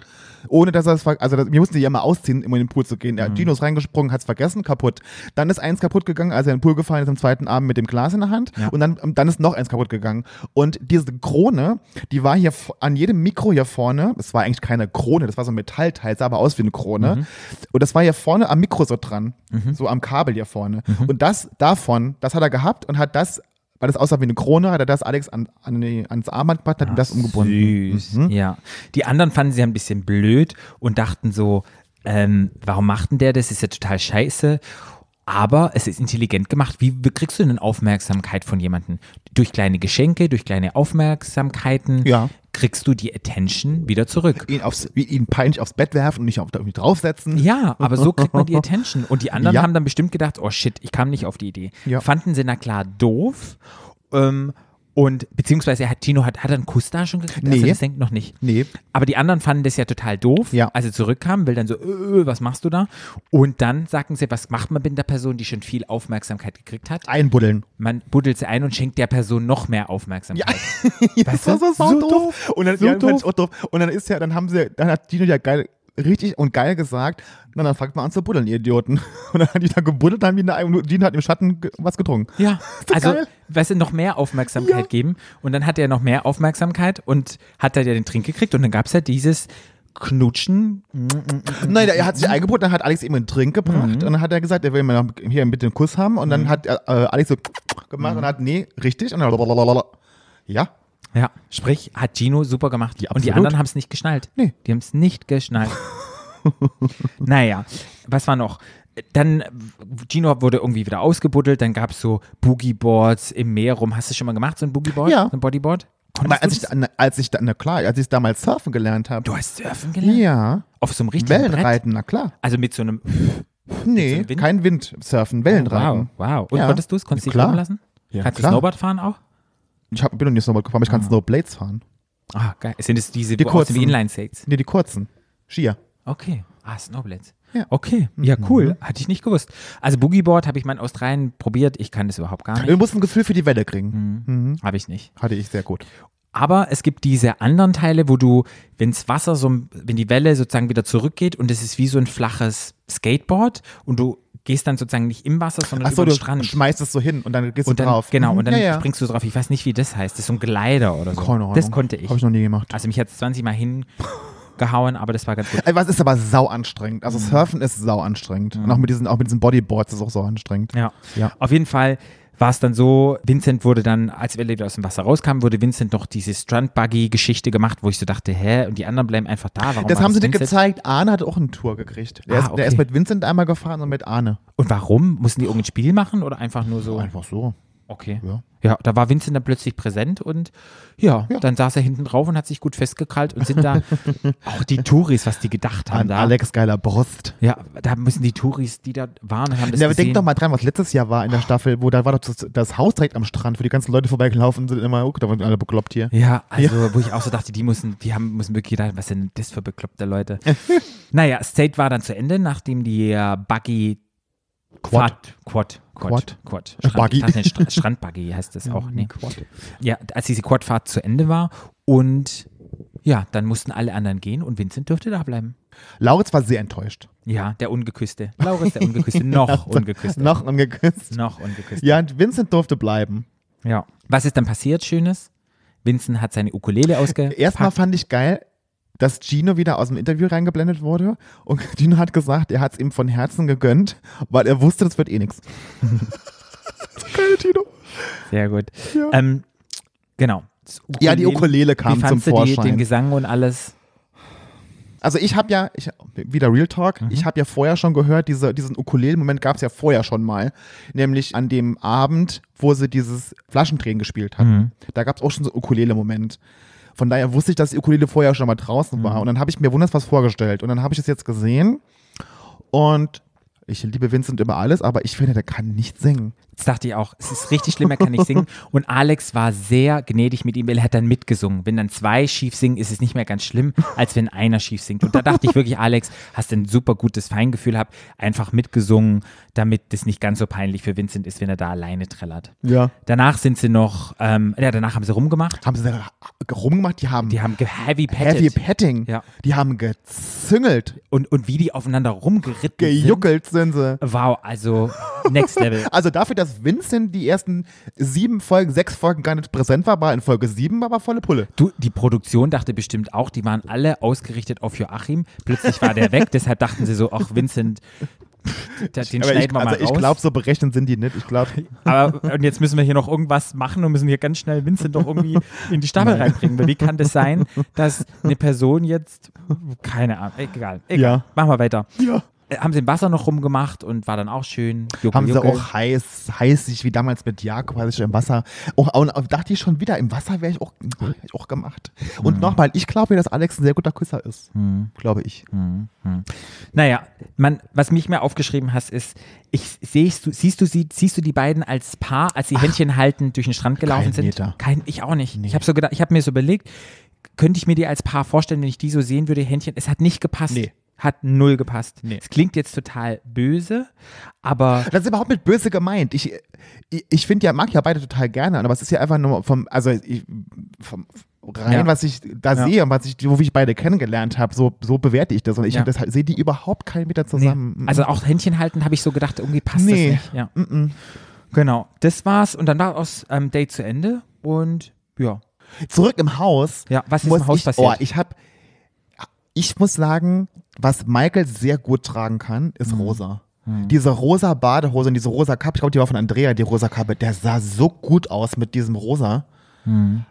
ohne dass er es, ver- also das, wir mussten die ja mal ausziehen, um in den Pool zu gehen. Ja, Gino ist reingesprungen, hat es vergessen, kaputt. Dann ist eins kaputt gegangen, als er in den Pool gefallen ist, am zweiten Abend mit dem Glas in der Hand. Und dann, dann ist noch eins kaputt gegangen. Und diese Krone, die war hier v- an jedem Mikro hier vorne, es war eigentlich keine Krone, das war so ein Metallteil, sah aber aus wie eine Krone. Und das war hier vorne am Mikro so dran, so am Kabel hier vorne. Und das davon, das hat er gehabt und hat das, weil das aussah wie eine Krone, hat er das Alex an, an die, ans Armband gepackt, hat ihm das umgebunden.
Süß. Mhm. Ja. Die anderen fanden sie ein bisschen blöd und dachten so, ähm, warum macht denn der das? Ist ja total scheiße. Aber es ist intelligent gemacht. Wie be- kriegst du denn Aufmerksamkeit von jemandem? Durch kleine Geschenke, durch kleine Aufmerksamkeiten
Ja.
kriegst du die Attention wieder zurück.
Ihn, aufs, wie ihn peinlich aufs Bett werfen und nicht auf irgendwie draufsetzen.
Ja, aber so kriegt man die Attention. Und die anderen
Ja.
haben dann bestimmt gedacht, oh shit, ich kam nicht auf die Idee.
Ja.
Fanden sie na klar doof. Ähm, und beziehungsweise hat Tino, hat, hat er einen Kuss da schon gekriegt? Also
Nee.
das denkt noch nicht.
Nee.
Aber die anderen fanden das ja total doof.
Ja.
Als er zurückkam, will dann so, äh, äh, was machst du da? Und dann sagten sie, was macht man mit der Person, die schon viel Aufmerksamkeit gekriegt hat?
Einbuddeln.
Man buddelt sie ein und schenkt der Person noch mehr Aufmerksamkeit.
Das war so,
So
saudoof.
doof.
Und dann,
So
ja, fand
doof.
ich Auch doof. Und dann ist ja, dann haben sie, dann hat Dino ja geil, richtig und geil gesagt, na dann fangt mal an zu buddeln, ihr Idioten. Und dann hat die da gebuddelt, dann haben die in der Eimer- und Dino hat im Schatten ge- was getrunken.
Ja,
So
also,
geil.
weißt du, noch mehr Aufmerksamkeit
Ja.
geben. Und dann hat er noch mehr Aufmerksamkeit und hat er ja den Trink gekriegt. Und dann gab es ja dieses Knutschen.
Nein, er
Mhm.
hat sich eingebuddelt, dann hat Alex ihm einen Trink gebracht und dann hat er gesagt, er will mir noch hier bitte einen Kuss haben und
Mhm.
dann hat äh, Alex so gemacht und hat, nee, richtig und dann lalalala. ja.
Ja, sprich, hat Gino super gemacht.
Ja,
und die
absolut.
anderen haben es nicht geschnallt.
Nee.
Die haben es nicht geschnallt. naja, was war noch? Dann, äh, Gino wurde irgendwie wieder ausgebuddelt, dann gab es so Boogieboards im Meer rum. Hast du schon mal gemacht, so ein Boogieboard?
Ja.
So ein Bodyboard?
Aber
Konntest
als
du
ich,
das?
dann- als ich, dann- na klar, als ich damals surfen gelernt habe.
du hast surfen gelernt?
Ja.
Auf so einem richtigen Brett?
Wellenreiten, na klar.
Also mit so einem
Nee,
Wind? Oh,
kein Windsurfen, Wellenreiten.
Wow, wow. Und
Ja.
konntest du es? Konntest du dich
Klar.
laufen lassen?
Ja,
Kannst
klar.
du Snowboard fahren auch?
Ich hab, bin noch nicht Snowboard gefahren, aber ich kann Snowblades fahren.
Ah, geil. Sind es diese
Die
wo aussehen wie
kurzen.
Inline-Skates?
Nee, die kurzen. Skier.
Okay. Ah, Snowblades.
Ja. Mhm.
Okay, ja cool, hatte ich nicht gewusst. Also Boogieboard habe ich mal in Australien probiert, ich kann das überhaupt gar nicht,
Du musst ein Gefühl für die Welle kriegen.
Mhm. habe ich nicht.
Hatte ich sehr gut.
Aber es gibt diese anderen Teile, wo du, wenns Wasser so, wenn die Welle sozusagen wieder zurückgeht und es ist wie so ein flaches Skateboard und du gehst dann sozusagen nicht im Wasser, sondern
Achso,
über
du
den Strand
schmeißt es so hin und dann gehst
und
du
dann
drauf. Mhm.
genau und dann
ja, ja.
springst du drauf. Ich weiß nicht, wie das heißt. Das ist so ein Gleiter oder so.
Keine Ahnung.
Das konnte ich.
Habe ich noch nie gemacht.
Also mich hat es 20 Mal hingehauen, aber das war ganz gut.
Ey, Was ist aber sau anstrengend.
Mhm.
Also Surfen ist sau anstrengend. Und auch mit diesen, auch mit diesen Bodyboards ist auch so anstrengend.
Ja.
Ja.
Auf jeden Fall war es dann so, Vincent wurde dann, als Welle wieder aus dem Wasser rauskam, wurde Vincent noch diese Strand-Buggy-Geschichte gemacht, wo ich so dachte, hä, und die anderen bleiben einfach da. Warum
Das
war
haben sie dir
Vincent?
gezeigt. Arne hat auch eine Tour gekriegt. Der,
Ah,
ist,
okay.
der ist mit Vincent einmal gefahren und mit Arne.
Und warum? Mussten die irgendein Spiel machen oder einfach nur so?
Einfach so.
Okay.
Ja.
Ja, da war Vincent dann plötzlich präsent und ja,
Ja.
dann saß er hinten drauf und hat sich gut festgekrallt und sind da auch die Touris, was die gedacht haben
An
da.
Alex geiler Brust.
Ja, da müssen die Touris, die da waren, haben das
Ja, aber
gesehen.
denk doch mal dran, was letztes Jahr war in
Ah.
der Staffel, wo da war doch das, das Haus direkt am Strand, wo die ganzen Leute vorbeigelaufen sind, immer, oh, guck, da waren alle bekloppt hier.
Ja, also wo ich auch so dachte, die müssen, die haben, müssen wirklich gedacht, was sind das für bekloppte Leute. naja, State war dann zu Ende, nachdem die äh, Buggy
Quad.
Fahrt- Quad. Quad.
Quad. Äh,
Quad.
Buggy.
Strand, Strand, Strandbuggy heißt das auch. oh, Nee.
Quad.
Ja, als diese Quadfahrt zu Ende war und ja, dann mussten alle anderen gehen und Vincent dürfte da bleiben.
Lauritz war sehr enttäuscht.
Ja, der Ungeküsste. Laura ist der Ungeküsste. Noch Ungeküsste.
Noch ungeküsst.
Noch Ungeküsste.
Ja, und Vincent durfte bleiben.
Ja. Was ist dann passiert, Schönes? Vincent hat seine Ukulele ausgepackt.
Erstmal fand ich geil, dass Gino wieder aus dem Interview reingeblendet wurde und Gino hat gesagt, er hat es ihm von Herzen gegönnt, weil er wusste, das wird eh nichts. Geil, Gino.
Sehr gut.
Ja.
Ähm, genau. Das
Ja, die Ukulele kam
Wie
zum
fandst du die, den
Vorschein.
Gesang und alles?
also ich habe ja, ich, wieder Real Talk, ich habe ja vorher schon gehört, diese, diesen Ukulele-Moment gab es ja vorher schon mal, nämlich an dem Abend, wo sie dieses Flaschendrehen gespielt hatten. Da gab es auch schon so einen Ukulele-Moment. Von daher wusste ich, dass die Ukulele vorher schon mal draußen war. Und dann habe ich mir wunders was vorgestellt. Und dann habe ich es jetzt gesehen und ich liebe Vincent über alles, aber ich finde, der kann nicht singen.
Das dachte ich auch. Es ist richtig schlimm, er kann nicht singen. Und Alex war sehr gnädig mit ihm. Er hat dann mitgesungen. Wenn dann zwei schief singen, ist es nicht mehr ganz schlimm, als wenn einer schief singt. Und da dachte ich wirklich, Alex, hast ein super gutes Feingefühl, hab einfach mitgesungen, damit das nicht ganz so peinlich für Vincent ist, wenn er da alleine trällert.
Ja.
Danach sind sie noch, ähm, ja, danach haben sie rumgemacht.
Haben sie da rumgemacht? Die haben
Die haben ge- heavy petted.
Heavy Petting.
Ja.
Die haben gezüngelt,
und, und wie die aufeinander rumgeritten
gejuckelt sind sie.
sind. Wow, also next level.
Also dafür, dass Vincent die ersten sieben Folgen, sechs Folgen gar nicht präsent war, war in Folge sieben aber volle Pulle.
Du, die Produktion dachte bestimmt auch, die waren alle ausgerichtet auf Joachim. Plötzlich war der weg, deshalb dachten sie so, ach Vincent, pff, da- den
Aber
schneiden wir
ich,
mal
also ich
raus.
glaube, so berechnen sind die nicht. Ich glaube,
Aber und jetzt müssen wir hier noch irgendwas machen und müssen hier ganz schnell Vincent doch irgendwie in die Staffel reinbringen. Weil wie kann das sein, dass eine Person jetzt, keine Ahnung, egal, egal.
Ja.
machen wir weiter.
ja.
Äh, Haben sie im Wasser noch rumgemacht und war dann auch schön. Juckel,
haben sie
juckel.
auch heiß, heiß sich wie damals mit Jakob, als ich im Wasser. Auch, auch, auch dachte ich schon wieder, im Wasser wäre ich auch, hätte ich auch gemacht.
Hm.
Und nochmal, ich glaube, ja, dass Alex ein sehr guter Küsser ist. Glaube ich.
Mhm. Naja, man, was mich mehr aufgeschrieben hast, ist, ich siehst du, siehst du sie, siehst du die beiden als Paar, als sie Händchen haltend durch den Strand gelaufen
kein
sind?
Meter.
Kein, ich auch nicht. Ich habe so gedacht, ich habe mir so überlegt, könnte ich mir die als Paar vorstellen, wenn ich die so sehen würde, Händchen? Es hat nicht gepasst.
Nee.
Hat null gepasst.
Nee.
Es klingt jetzt total böse, aber
Das ist überhaupt nicht böse gemeint. Ich, ich, ich finde ja, mag ja beide total gerne, aber es ist ja einfach nur vom, also ich, vom rein,
Ja.
was ich da
Ja.
sehe und was ich, wo ich beide kennengelernt habe, so, so bewerte ich das. Und ich
Ja.
hab das, sehe die überhaupt keinen Meter
nee.
zusammen. Mm,
also auch Händchen halten, habe ich so gedacht, irgendwie passt
Nee.
das nicht. Ja.
mm, mm.
Genau, das war's und dann war aus ähm, Date zu Ende und ja.
Zurück im Haus.
Ja, was ist
muss
im Haus
ich,
passiert?
Oh, ich habe, ich muss sagen, was Michael sehr gut tragen kann, ist
Mhm.
rosa. Diese rosa Badehose und diese rosa Kappe, ich glaube, die war von Andrea, die rosa Kappe, der sah so gut aus mit diesem rosa.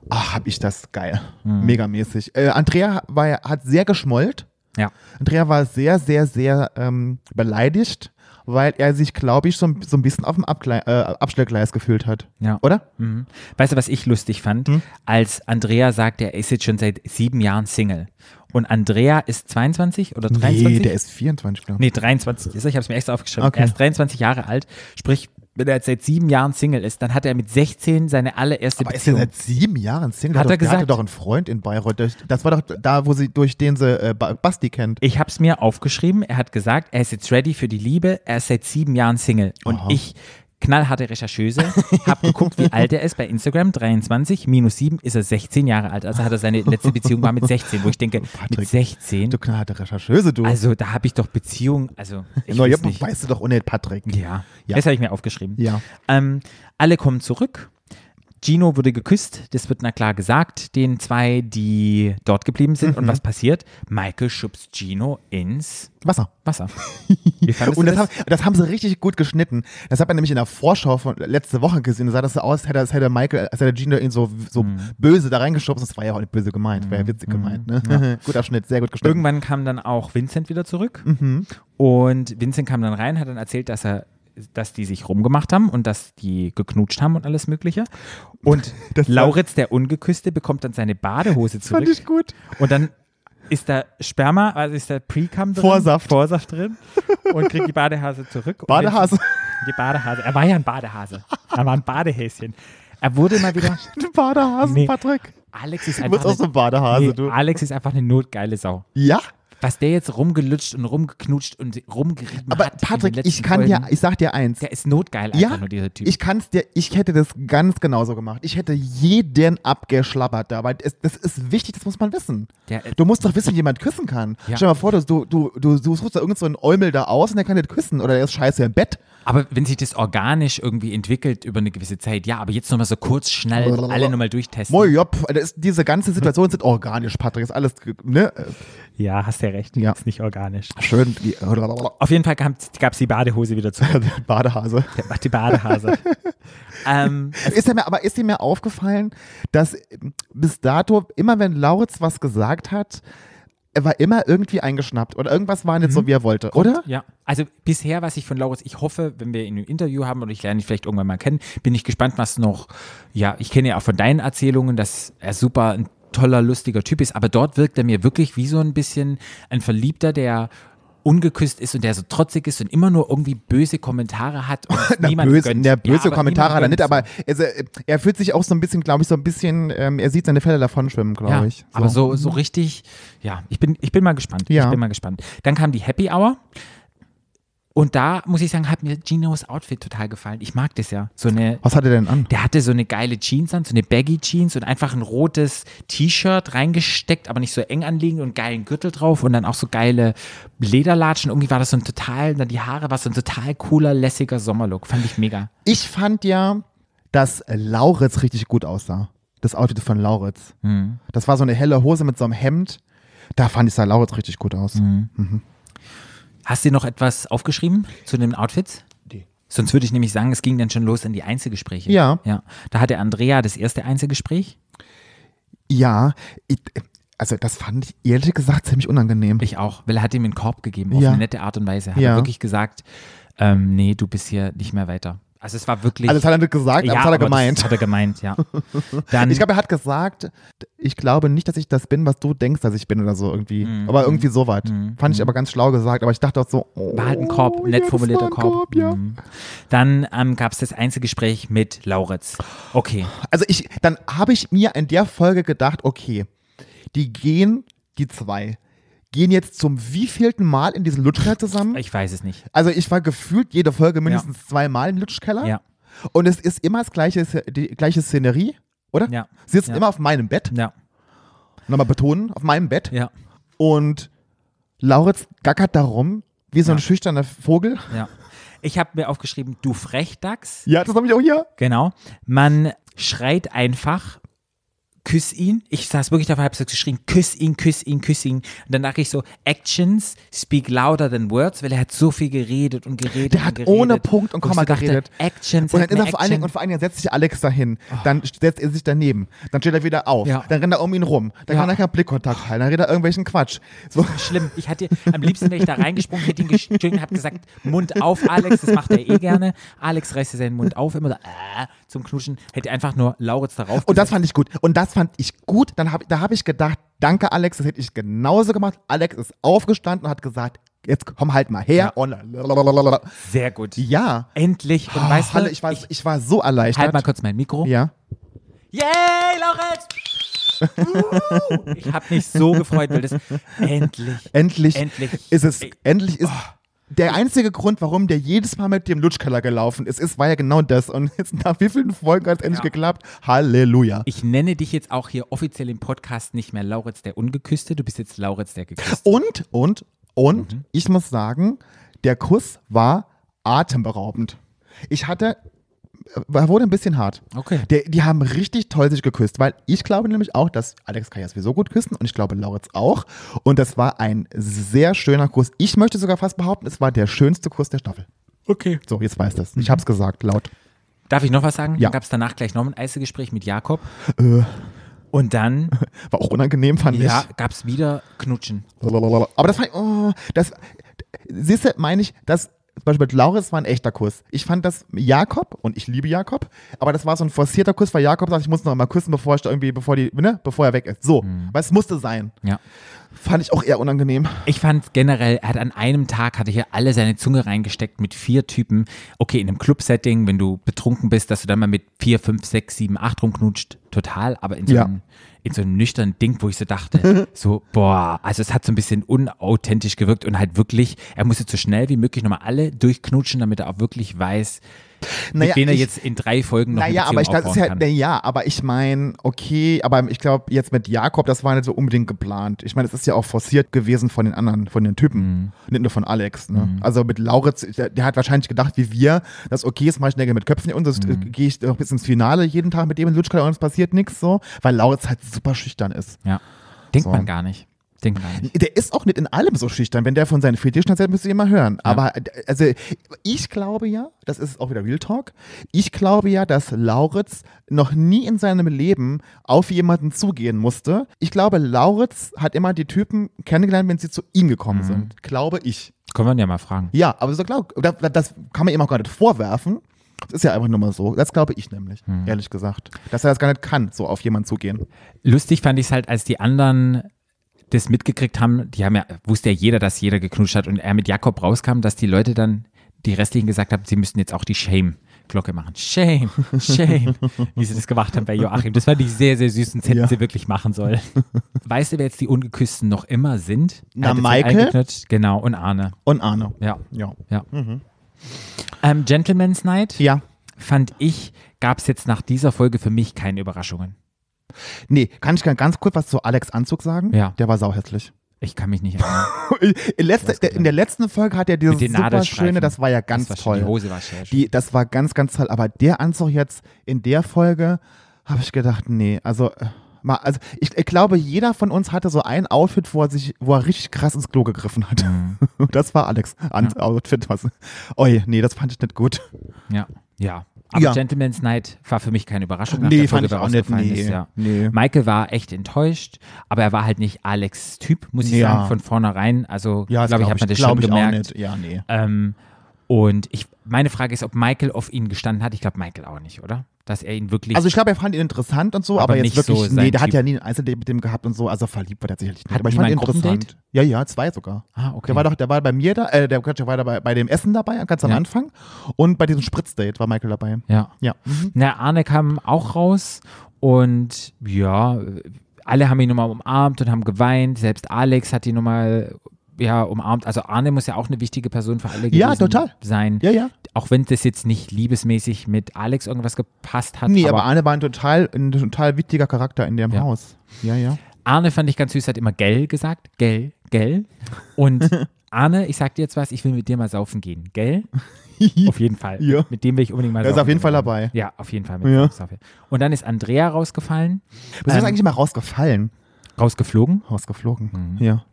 Ach, hab ich das geil. Megamäßig. Äh, Andrea war, ja- hat sehr geschmollt.
Ja.
Andrea war sehr, sehr, sehr ähm, beleidigt, weil er sich, glaube ich, so, ein- so ein bisschen auf dem Abgle äh, Abschleppgleis gefühlt hat.
Ja.
Oder?
Mhm. Weißt du, was ich lustig fand?
Hm?
Als Andrea sagt, er ist jetzt schon seit sieben Jahren Single. Und Andrea ist 22 oder 23?
Nee, der ist 24, glaube ich.
Nee, 23 ist er. Ich habe es mir extra aufgeschrieben.
Okay.
Er ist 23 Jahre alt. Sprich, wenn er jetzt seit sieben Jahren Single ist, dann hat er mit 16 seine allererste
Aber ist er
Beziehung.
seit sieben Jahren Single?
Hat er
Der doch- der hatte
gesagt.
doch einen Freund in Bayreuth. Das- Das war doch da, wo sie, durch den sie äh, Ba- Basti kennt.
ich habe es mir aufgeschrieben. Er hat gesagt, er ist jetzt ready für die Liebe. Er ist seit sieben Jahren Single. Und ich, knallharte Rechercheuse, habe geguckt, wie alt er ist bei Instagram. 23 minus 7 ist er 16 Jahre alt. Also hat er seine letzte Beziehung war mit 16, wo ich denke, mit
Patrick,
16.
Du knallharte Rechercheuse, du.
Also da habe ich doch Beziehung, also ich
Na, ja,
weiß nicht.
weißt du doch ohne Patrick.
Ja,
Ja.
das habe ich mir aufgeschrieben.
Ja.
Ähm, alle kommen zurück. Gino wurde geküsst, das wird na klar gesagt, den zwei, die dort geblieben sind.
Mhm.
Und was passiert? Michael schubst Gino ins
Wasser.
Wasser. Wie fandest
Und
du
das, haben, das haben sie richtig gut geschnitten. Das hat man nämlich in der Vorschau von letzte Woche gesehen. Da sah das so aus, als hätte, als hätte Michael, als hätte Gino ihn so, so
Mhm.
böse da reingeschubst. Das war ja auch nicht böse gemeint, wäre ja witzig gemeint. Ne? Guter Schnitt, sehr gut geschnitten.
Irgendwann kam dann auch Vincent wieder zurück.
Mhm.
Und Vincent kam dann rein, hat dann erzählt, dass er dass die sich rumgemacht haben und dass die geknutscht haben und alles Mögliche. Und
Das war-
Lauritz, der Ungeküsste, bekommt dann seine Badehose zurück.
fand ich gut.
Und dann ist da Sperma, also ist da Pre-Cum drin.
Vorsaft.
Vorsaft drin. Und kriegt die Badehase zurück. Und
Badehase.
jetzt- Die Badehase. Er war ja ein Badehase. Er war ein Badehäschen. Er wurde mal wieder.
Du Badehasen,
Nee.
Patrick.
Alex ist
Du
einfach.
bist auch so ein
eine,
Badehase,
nee,
Also du.
Alex ist einfach eine notgeile Sau.
Ja?
was der jetzt rumgelutscht und rumgeknutscht und rumgerieben
Aber
hat. in den
Patrick, ich
letzten
kann
Folgen,
dir, ich sag dir eins.
Der ist notgeil einfach
Ja,
nur, dieser Typ.
ich kann's dir, ich hätte das ganz genauso gemacht. Ich hätte jeden abgeschlappert da, weil es, das ist wichtig, das muss man wissen.
Der- äh,
du musst doch wissen, wie jemand küssen kann.
Ja.
Stell dir mal vor, dass du, du, du, du suchst da irgend so einen Eumel da aus und der kann nicht küssen oder der ist scheiße im Bett.
aber wenn sich das organisch irgendwie entwickelt über eine gewisse Zeit, ja, aber jetzt nochmal so kurz, schnell alle nochmal durchtesten.
Moi, jopp, also ist, diese ganze Situation sind organisch, Patrick, ist alles, ge- ne? äh,
Ja, hast ja recht.
Ja.
Ist nicht organisch.
Schön, die-
Auf jeden Fall gab es die Badehose wieder zurück.
Badehase.
Der- die Badehase. ähm,
Ist dir mir, aber ist dir mir aufgefallen, dass bis dato, immer wenn Lauritz was gesagt hat, er war immer irgendwie eingeschnappt oder irgendwas war nicht
Mhm.
so, wie er wollte, oder?
Ja, also bisher, was ich von Lauritz, ich hoffe, wenn wir ihn im Interview haben oder ich lerne ihn vielleicht irgendwann mal kennen, bin ich gespannt, was noch, ja, ich kenne ja auch von deinen Erzählungen, dass er super ein toller, lustiger Typ ist, aber dort wirkt er mir wirklich wie so ein bisschen ein Verliebter, der ungeküsst ist und der so trotzig ist und immer nur irgendwie böse Kommentare hat und es
Na,
niemand
böse,
gönnt.
der
Ja,
böse
aber
Kommentare hat er
niemand
nicht, aber
gönnt's.
also, äh, er fühlt sich auch so ein bisschen, glaube ich, so ein bisschen, ähm, er sieht seine Fälle davon schwimmen, glaube
ja,
ich.
aber so, so richtig, ja, ich bin, ich bin mal gespannt.
Ja.
Ich bin mal gespannt. Dann kam die Happy Hour. Und da muss ich sagen, hat mir Ginos Outfit total gefallen. Ich mag das ja. So eine,
Was hat er denn an?
der hatte so eine geile Jeans an, so eine Baggy Jeans und einfach ein rotes T-Shirt reingesteckt, aber nicht so eng anliegend und geilen Gürtel drauf und dann auch so geile Lederlatschen. Irgendwie war das so ein total, und dann die Haare war so ein total cooler, lässiger Sommerlook. Fand ich mega.
Ich fand ja, dass Lauritz richtig gut aussah. Das Outfit von Lauritz.
Hm.
Das war so eine helle Hose mit so einem Hemd. Da fand ich sah Lauritz richtig gut aus.
Hm. Hast du noch etwas aufgeschrieben zu den Outfits? Sonst würde ich nämlich sagen, es ging dann schon los in die Einzelgespräche.
Ja.
ja. Da hatte Andrea das erste Einzelgespräch.
Ja, ich, also das fand ich ehrlich gesagt ziemlich unangenehm.
Ich auch, weil er hat ihm einen Korb gegeben, auf
Ja.
eine nette Art und Weise. Hat
Ja.
er wirklich gesagt, ähm, nee, du bist hier nicht mehr weiter. Also es war wirklich.
also das hat er nicht gesagt, aber das hat er
aber
gemeint.
Das hat er gemeint, ja. Dann,
ich glaube, er hat gesagt, ich glaube nicht, dass ich das bin, was du denkst, dass ich bin oder so irgendwie.
Mhm.
Aber irgendwie so weit. Fand ich aber ganz schlau gesagt. Aber ich dachte auch so, oh,
war halt ein Mhm. Korb, nett
ja, das war
formulierter
ein
Korb.
ja.
Mhm. Dann ähm, gab es das Einzelgespräch mit Lauritz. Okay.
Also ich, dann habe ich mir in der Folge gedacht, okay, die gehen, die zwei, gehen jetzt zum wievielten Mal in diesen Lutschkeller zusammen?
Ich weiß es nicht.
Also ich war gefühlt jede Folge mindestens zweimal im Lutschkeller.
Ja.
Und es ist immer das gleiche, die gleiche Szenerie, oder?
Ja.
Sie sitzen
Ja.
immer auf meinem Bett.
Ja.
Nochmal betonen, auf meinem Bett.
Ja.
Und Lauritz gackert darum, wie so ein
Ja.
schüchterner Vogel.
Ja. Ich habe mir aufgeschrieben, du Frechdachs.
Ja, das habe ich auch hier.
Genau. Man schreit einfach, küss ihn. Ich saß wirklich davor, habe so geschrien, küss ihn, küss ihn, küss ihn. Und dann dachte ich so, Actions speak louder than words, weil er hat so viel geredet und geredet.
Der hat
und geredet,
ohne Punkt und
Wo ich
Komma
so dachte,
geredet.
Actions.
Und dann
hat
ist
halt eine
er vor allen Dingen, und
Action. Ah.
vor allen Dingen setzt sich Alex dahin. Dann setzt er sich daneben. Dann steht er wieder auf.
Ja.
Dann rennt er um ihn rum. Dann
Ja.
kann er keinen Blickkontakt halten. Dann redet er irgendwelchen Quatsch. So.
Schlimm. Ich hatte, am liebsten wäre ich da reingesprungen, hätte ihn geschüttelt, habe gesagt, Mund auf, Alex, das macht er eh gerne. Alex reißt seinen Mund auf, immer so, äh, zum Knutschen, hätte einfach nur Lauritz darauf
Und das fand ich gut. Und das fand ich gut. Dann hab, da habe ich gedacht, danke Alex, das hätte ich genauso gemacht. Alex ist aufgestanden und hat gesagt, jetzt komm halt mal her. Und lalalala.
Sehr gut.
ja.
Endlich. Und weißt
Ah, Halle,
du,
ich, war, ich, war so erleichtert.
halt mal kurz mein Mikro.
ja.
Yay, Laurenz! Uh, ich habe mich so gefreut, weil das endlich.
Endlich,
Endlich.
ist es,
Ey. Oh.
endlich ist der einzige Grund, warum der jedes Mal mit dem Lutschkeller gelaufen ist, ist, war ja genau das. Und jetzt nach wie vielen Folgen hat es endlich
Ja.
geklappt? Halleluja.
Ich nenne dich jetzt auch hier offiziell im Podcast nicht mehr Lauritz der Ungeküsste, du bist jetzt Lauritz der Geküsste.
Und, und, und,
Mhm.
ich muss sagen, der Kuss war atemberaubend. Ich hatte, äh, er wurde ein bisschen hart.
Okay.
Der, die haben richtig toll sich geküsst, weil ich glaube nämlich auch, dass Alex kann ja sowieso gut küssen und ich glaube Lauritz auch. Und das war ein sehr schöner Kuss. Ich möchte sogar fast behaupten, es war der schönste Kuss der Staffel.
Okay.
So, jetzt weiß das.
Mhm.
Ich hab's gesagt, laut.
Darf ich noch was sagen?
Ja. Äh.
Dann gab es danach gleich noch ein Einzelgespräch mit Jakob. Und dann
War auch unangenehm, fand
ja,
ich.
gab es wieder Knutschen.
Lalalala. Aber das fand ich, oh, das, siehste, meine ich, das, zum Beispiel mit Lauris war ein echter Kuss. Ich fand das Jakob, und ich liebe Jakob, aber das war so ein forcierter Kuss, weil Jakob sagt, ich muss noch mal küssen, bevor ich da irgendwie, bevor die, ne, bevor er weg ist. So, weil es musste sein.
Mhm. Ja.
Fand ich auch eher unangenehm.
Ich fand generell, er hat an einem Tag hatte hier alle seine Zunge reingesteckt mit vier Typen. Okay, in einem Club-Setting, wenn du betrunken bist, dass du dann mal mit vier, fünf, sechs, sieben, acht rumknutscht, total. Aber in so
Ja.
einem, in so einem nüchternen Ding, wo ich so dachte, so, boah, also es hat so ein bisschen unauthentisch gewirkt und halt wirklich, er musste so schnell wie möglich nochmal alle durchknutschen, damit er auch wirklich weiß,
Naja,
mit wem er
ich-
jetzt in drei Folgen noch
Naja,
eine
aber ich
Beziehung
das ist halt, ja,
aufbauen kann.
naja, aber ich meine, okay, aber ich glaube, jetzt mit Jakob, das war nicht so unbedingt geplant. Ich meine, es ist ja auch forciert gewesen von den anderen, von den Typen.
Mhm.
Nicht nur von Alex. Ne? Also mit Lauritz, der, der hat wahrscheinlich gedacht, wie wir, dass okay, jetzt mache ich Nägel mit Köpfen und das
Mhm.
äh, gehe ich noch bis ins Finale jeden Tag mit dem in Lutschkal und es passiert nichts so, weil Lauritz halt super schüchtern ist.
Ja. Denkt
So.
man gar nicht. Denkt man gar nicht.
Der ist auch nicht in allem so schüchtern. Wenn der von seinen Fetischen erzählt, müsst ihr immer hören. Aber äh, also ich glaube ja, das ist auch wieder Real Talk, ich glaube ja, dass Lauritz noch nie in seinem Leben auf jemanden zugehen musste. Ich glaube, Lauritz hat immer die Typen kennengelernt, wenn sie zu ihm gekommen sind. Glaube ich.
Können wir ihn ja mal fragen.
Ja, aber so glaub, das, das kann man ihm auch gar nicht vorwerfen. Das ist ja einfach nur mal so. Das glaube ich nämlich, ehrlich gesagt. Dass er das gar nicht kann, so auf jemanden zugehen.
Lustig fand ich es halt, als die anderen das mitgekriegt haben, die haben ja, wusste ja jeder, dass jeder geknutscht hat und er mit Jakob rauskam, dass die Leute dann, die restlichen gesagt haben, sie müssten jetzt auch die Shame-Glocke machen. Shame, Shame, wie sie das gemacht haben bei Joachim. Das fand ich sehr, sehr süß und das hätten
Ja.
sie wirklich machen sollen. Weißt du, wer jetzt die Ungeküssten noch immer sind? Er
Na,
hat jetzt
Michael?
eingeknutscht. Genau, und Arne.
Und Arne.
Ja,
Ja.
ja. Ähm, Gentleman's Night
Ja.
fand ich, gab es jetzt nach dieser Folge für mich keine Überraschungen.
Nee, kann ich ganz- ganz kurz was zu Alex Anzug sagen?
Ja.
Der war sauhässlich.
Ich kann mich nicht erinnern.
In, letzter, der, in der letzten Folge hat er dieses
Mit den
super
Nadelstreifen.
schöne, das war ja ganz
Das war schön,
toll.
Die Hose war schön.
Die, das war ganz, ganz toll. Aber der Anzug jetzt in der Folge habe ich gedacht, nee, also. äh, Mal, also ich, ich glaube, jeder von uns hatte so ein Outfit, wo er sich, wo er richtig krass ins Klo gegriffen hat.
Mhm.
Das war Alex An Outfit. Was. Oi, nee, das fand ich nicht gut.
ja. ja. Aber
Ja.
Gentleman's Night war für mich keine Überraschung.
Nee,
der
fand
Folge,
ich
wer
auch nicht,
ausgefallen
nee,
Ist, ja.
nee.
Michael war echt enttäuscht, aber er war halt nicht Alex Typ, muss ich
Ja.
sagen, von vornherein. Also,
Ja, das
glaube ich, hat man das schon
glaub ich auch
gemerkt.
nicht. Ja, nee.
Ähm, und ich, meine Frage ist, ob Michael auf ihn gestanden hat. Ich glaube, Michael auch nicht, oder? Dass er ihn wirklich.
Also ich glaube, er fand ihn interessant und so,
Aber
aber, jetzt
nicht
wirklich,
so
nee,
sein
der hat
Typ.
ja nie ein Einzeldate mit dem gehabt und so, also verliebt war der sicherlich nicht.
Hatten
aber ich
die
fand
mal
ihn
ein Gruppendate?
interessant. Ja, ja, zwei sogar.
ah, okay.
Der war doch, der war bei mir da, äh, der Quatsch, der war dabei, bei dem Essen dabei, ganz am
Ja.
Anfang. Und bei diesem Spritzdate war Michael dabei.
ja. Mhm.
Ja.
Na, Arne kam auch raus und ja, alle haben ihn nochmal umarmt und haben geweint. Selbst Alex hat ihn nochmal ja, umarmt. Also Arne muss ja auch eine wichtige Person für alle gewesen
Ja, total.
sein.
Ja, ja.
Auch wenn das jetzt nicht liebesmäßig mit Alex irgendwas gepasst hat.
Nee, aber,
aber
Arne war ein total, ein total wichtiger Charakter in dem
Ja.
Haus. Ja, ja.
Arne fand ich ganz süß, hat immer gell gesagt. Gell, gell. Und Arne, ich sag dir jetzt was, ich will mit dir mal saufen gehen. Gell? Auf jeden Fall.
Ja.
Mit dem will ich unbedingt mal
Der ist
saufen
auf jeden
gehen.
Fall dabei.
Ja, auf jeden Fall. Mit
Ja.
dem saufen. Und dann ist Andrea rausgefallen,
Was ist
Ähm,
eigentlich mal rausgefallen?
rausgeflogen. Mhm.
Rausgeflogen. Ja.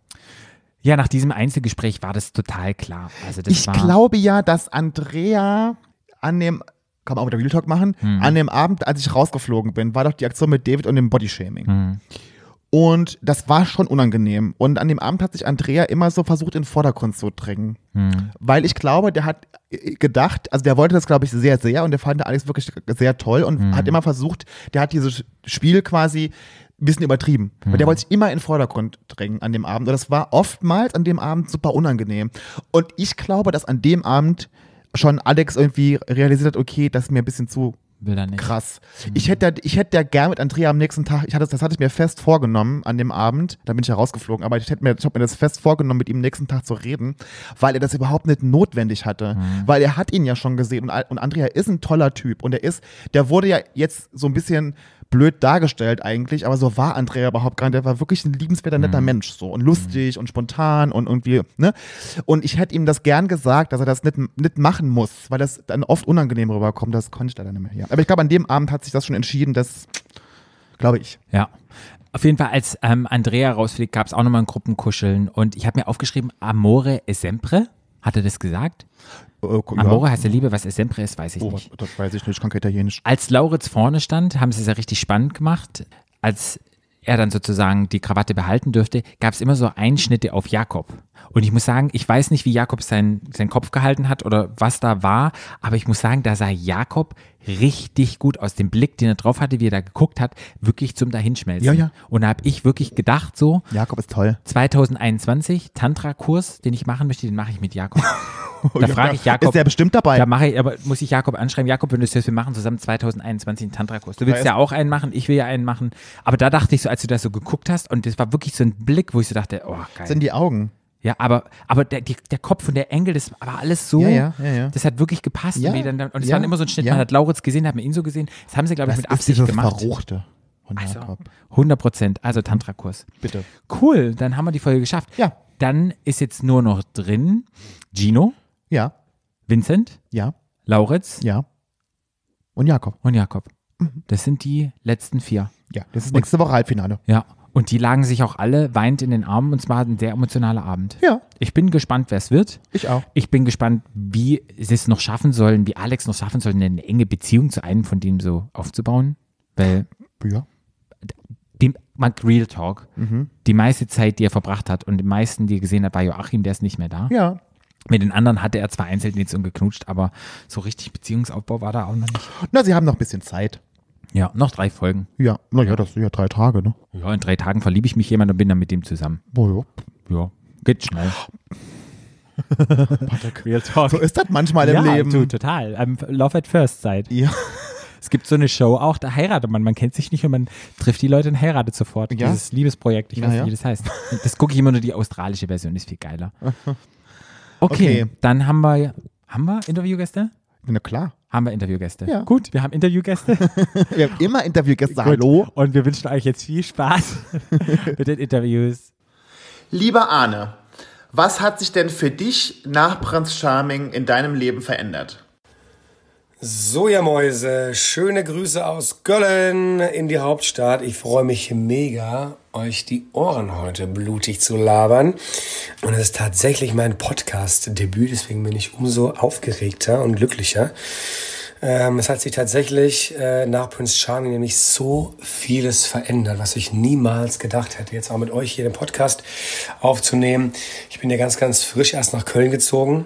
Ja, nach diesem Einzelgespräch war das total klar. Also das
Ich
war,
glaube ja, dass Andrea an dem, kann man auch wieder Real Talk machen,
Mhm.
an dem Abend, als ich rausgeflogen bin, war doch die Aktion mit David und dem Bodyshaming.
Hm,
Und das war schon unangenehm. Und an dem Abend hat sich Andrea immer so versucht, in den Vordergrund zu drängen.
hm,
Weil ich glaube, der hat äh, gedacht, also der wollte das, glaube ich, sehr, sehr und der fand Alex wirklich sehr toll und hat immer versucht, der hat dieses Spiel quasi ein bisschen übertrieben. Weil der wollte sich immer in den Vordergrund drängen an dem Abend. Und das war oftmals an dem Abend super unangenehm. Und ich glaube, dass an dem Abend schon Alex irgendwie realisiert hat, okay, das ist mir ein bisschen zu
will da nicht.
krass. Ich hätte, ich hätte ja gern mit Andrea am nächsten Tag, ich hatte, das hatte ich mir fest vorgenommen an dem Abend, da bin ich ja rausgeflogen, aber ich hätte mir, ich habe mir das fest vorgenommen, mit ihm nächsten Tag zu reden, weil er das überhaupt nicht notwendig hatte, weil er hat ihn ja schon gesehen und, Al- und Andrea ist ein toller Typ und er ist, der wurde ja jetzt so ein bisschen blöd dargestellt eigentlich, aber so war Andrea überhaupt gar nicht, der war wirklich ein liebenswerter, netter
Mhm.
Mensch so und lustig und spontan und irgendwie, ne? Und ich hätte ihm das gern gesagt, dass er das nicht, nicht machen muss, weil das dann oft unangenehm rüberkommt. Das konnte ich leider nicht mehr. Ja. Aber ich glaube, an dem Abend hat sich das schon entschieden, dass, glaube ich.
Ja. Auf jeden Fall, als ähm, Andrea rausfliegt, gab es auch nochmal ein Gruppenkuscheln. Und ich habe mir aufgeschrieben, Amore e sempre. Hat er das gesagt?
Äh,
Amore
ja.
heißt ja Liebe, was e sempre ist, weiß ich
oh,
nicht.
das weiß ich nicht, ich kann kein Italienisch.
Als Lauritz vorne stand, haben sie es ja richtig spannend gemacht. Als er dann sozusagen die Krawatte behalten dürfte, gab es immer so Einschnitte auf Jakob. Und ich muss sagen, ich weiß nicht, wie Jakob seinen, seinen Kopf gehalten hat oder was da war, aber ich muss sagen, da sah Jakob richtig gut aus dem Blick, den er drauf hatte, wie er da geguckt hat, wirklich zum Dahinschmelzen.
Ja, ja.
Und da habe ich wirklich gedacht so,
Jakob ist toll.
2021 Tantra-Kurs, den ich machen möchte, den mache ich mit Jakob. Da frage ich Jakob.
Ist der bestimmt dabei?
Da mache ich, aber muss ich Jakob anschreiben. Jakob, wenn du es hörst, wir machen zusammen 2021 einen Tantra-Kurs. Du willst
Weiß-
ja auch einen machen, ich will ja einen machen. Aber da dachte ich so, als du das so geguckt hast, und das war wirklich so ein Blick, wo ich so dachte, oh geil.
Das sind die Augen.
Ja, aber, aber der, die, der Kopf und der Engel, das war alles so,
Ja, ja, ja, ja.
das hat wirklich gepasst.
Ja,
und, wie dann, dann- und es
ja,
war immer so ein Schnitt,
ja.
man hat Lauritz gesehen, hat man ihn so gesehen. Das haben sie, glaube ich, mit Absicht
dieses
gemacht.
Verruchte von
Also,
Jakob.
100 Prozent, also Tantra-Kurs.
Bitte.
Cool, dann haben wir die Folge geschafft.
Ja.
Dann ist jetzt nur noch drin Gino,
Ja,
Vincent,
ja,
Lauritz
ja. Und Jakob.
und Jakob.
Mhm.
Das sind die letzten vier.
Ja, das ist nächste Woche Halbfinale.
Ja. Und die lagen sich auch alle weinend in den Armen und es war halt ein sehr emotionaler Abend.
Ja,
Ich bin gespannt, wer es wird.
ich auch.
Ich bin gespannt, wie sie es noch schaffen sollen, wie Alex noch schaffen soll, eine enge Beziehung zu einem von dem so aufzubauen. Weil
Ja.
dem, mal Real Talk,
Mhm.
die meiste Zeit, die er verbracht hat und die meisten, die er gesehen hat, war Joachim, der ist nicht mehr da.
Ja.
Mit den anderen hatte er zwar einzeln jetzt und geknutscht, aber so richtig Beziehungsaufbau war da auch noch nicht.
Na, sie haben noch ein bisschen Zeit.
Ja, noch drei Folgen.
Ja, naja, das sind ja drei Tage, ne?
Ja, in drei Tagen verliebe ich mich jemand und bin dann mit dem zusammen.
Boah,
Ja, geht schnell. Real
ja.
Talk.
So ist das manchmal im
ja,
Leben.
Du, total. Ähm, Love at First Sight.
Ja.
Es gibt so eine Show auch, da heiratet man. Man kennt sich nicht und man trifft die Leute und heiratet sofort.
Ja.
Dieses Liebesprojekt, ich
Ja,
weiß
ja.
nicht, wie das heißt. Das gucke ich immer nur die australische Version, ist viel geiler. Okay,
Okay.
dann haben wir, haben wir Interviewgäste?
Na klar.
Haben wir Interviewgäste.
Ja.
Gut, wir haben Interviewgäste.
Wir haben immer Interviewgäste.
Gut.
Hallo.
Und wir wünschen euch jetzt viel Spaß mit den Interviews.
Lieber Arne, was hat sich denn für dich nach Prinz Charming in deinem Leben verändert?
Sojamäuse, schöne Grüße aus Köln in die Hauptstadt. Ich freue mich mega, euch die Ohren heute blutig zu labern. Und es ist tatsächlich mein Podcast-Debüt, deswegen bin ich umso aufgeregter und glücklicher. Ähm, es hat sich tatsächlich äh, nach Prince Charming nämlich so vieles verändert, was ich niemals gedacht hätte, jetzt auch mit euch hier den Podcast aufzunehmen. Ich bin ja ganz, ganz frisch erst nach Köln gezogen.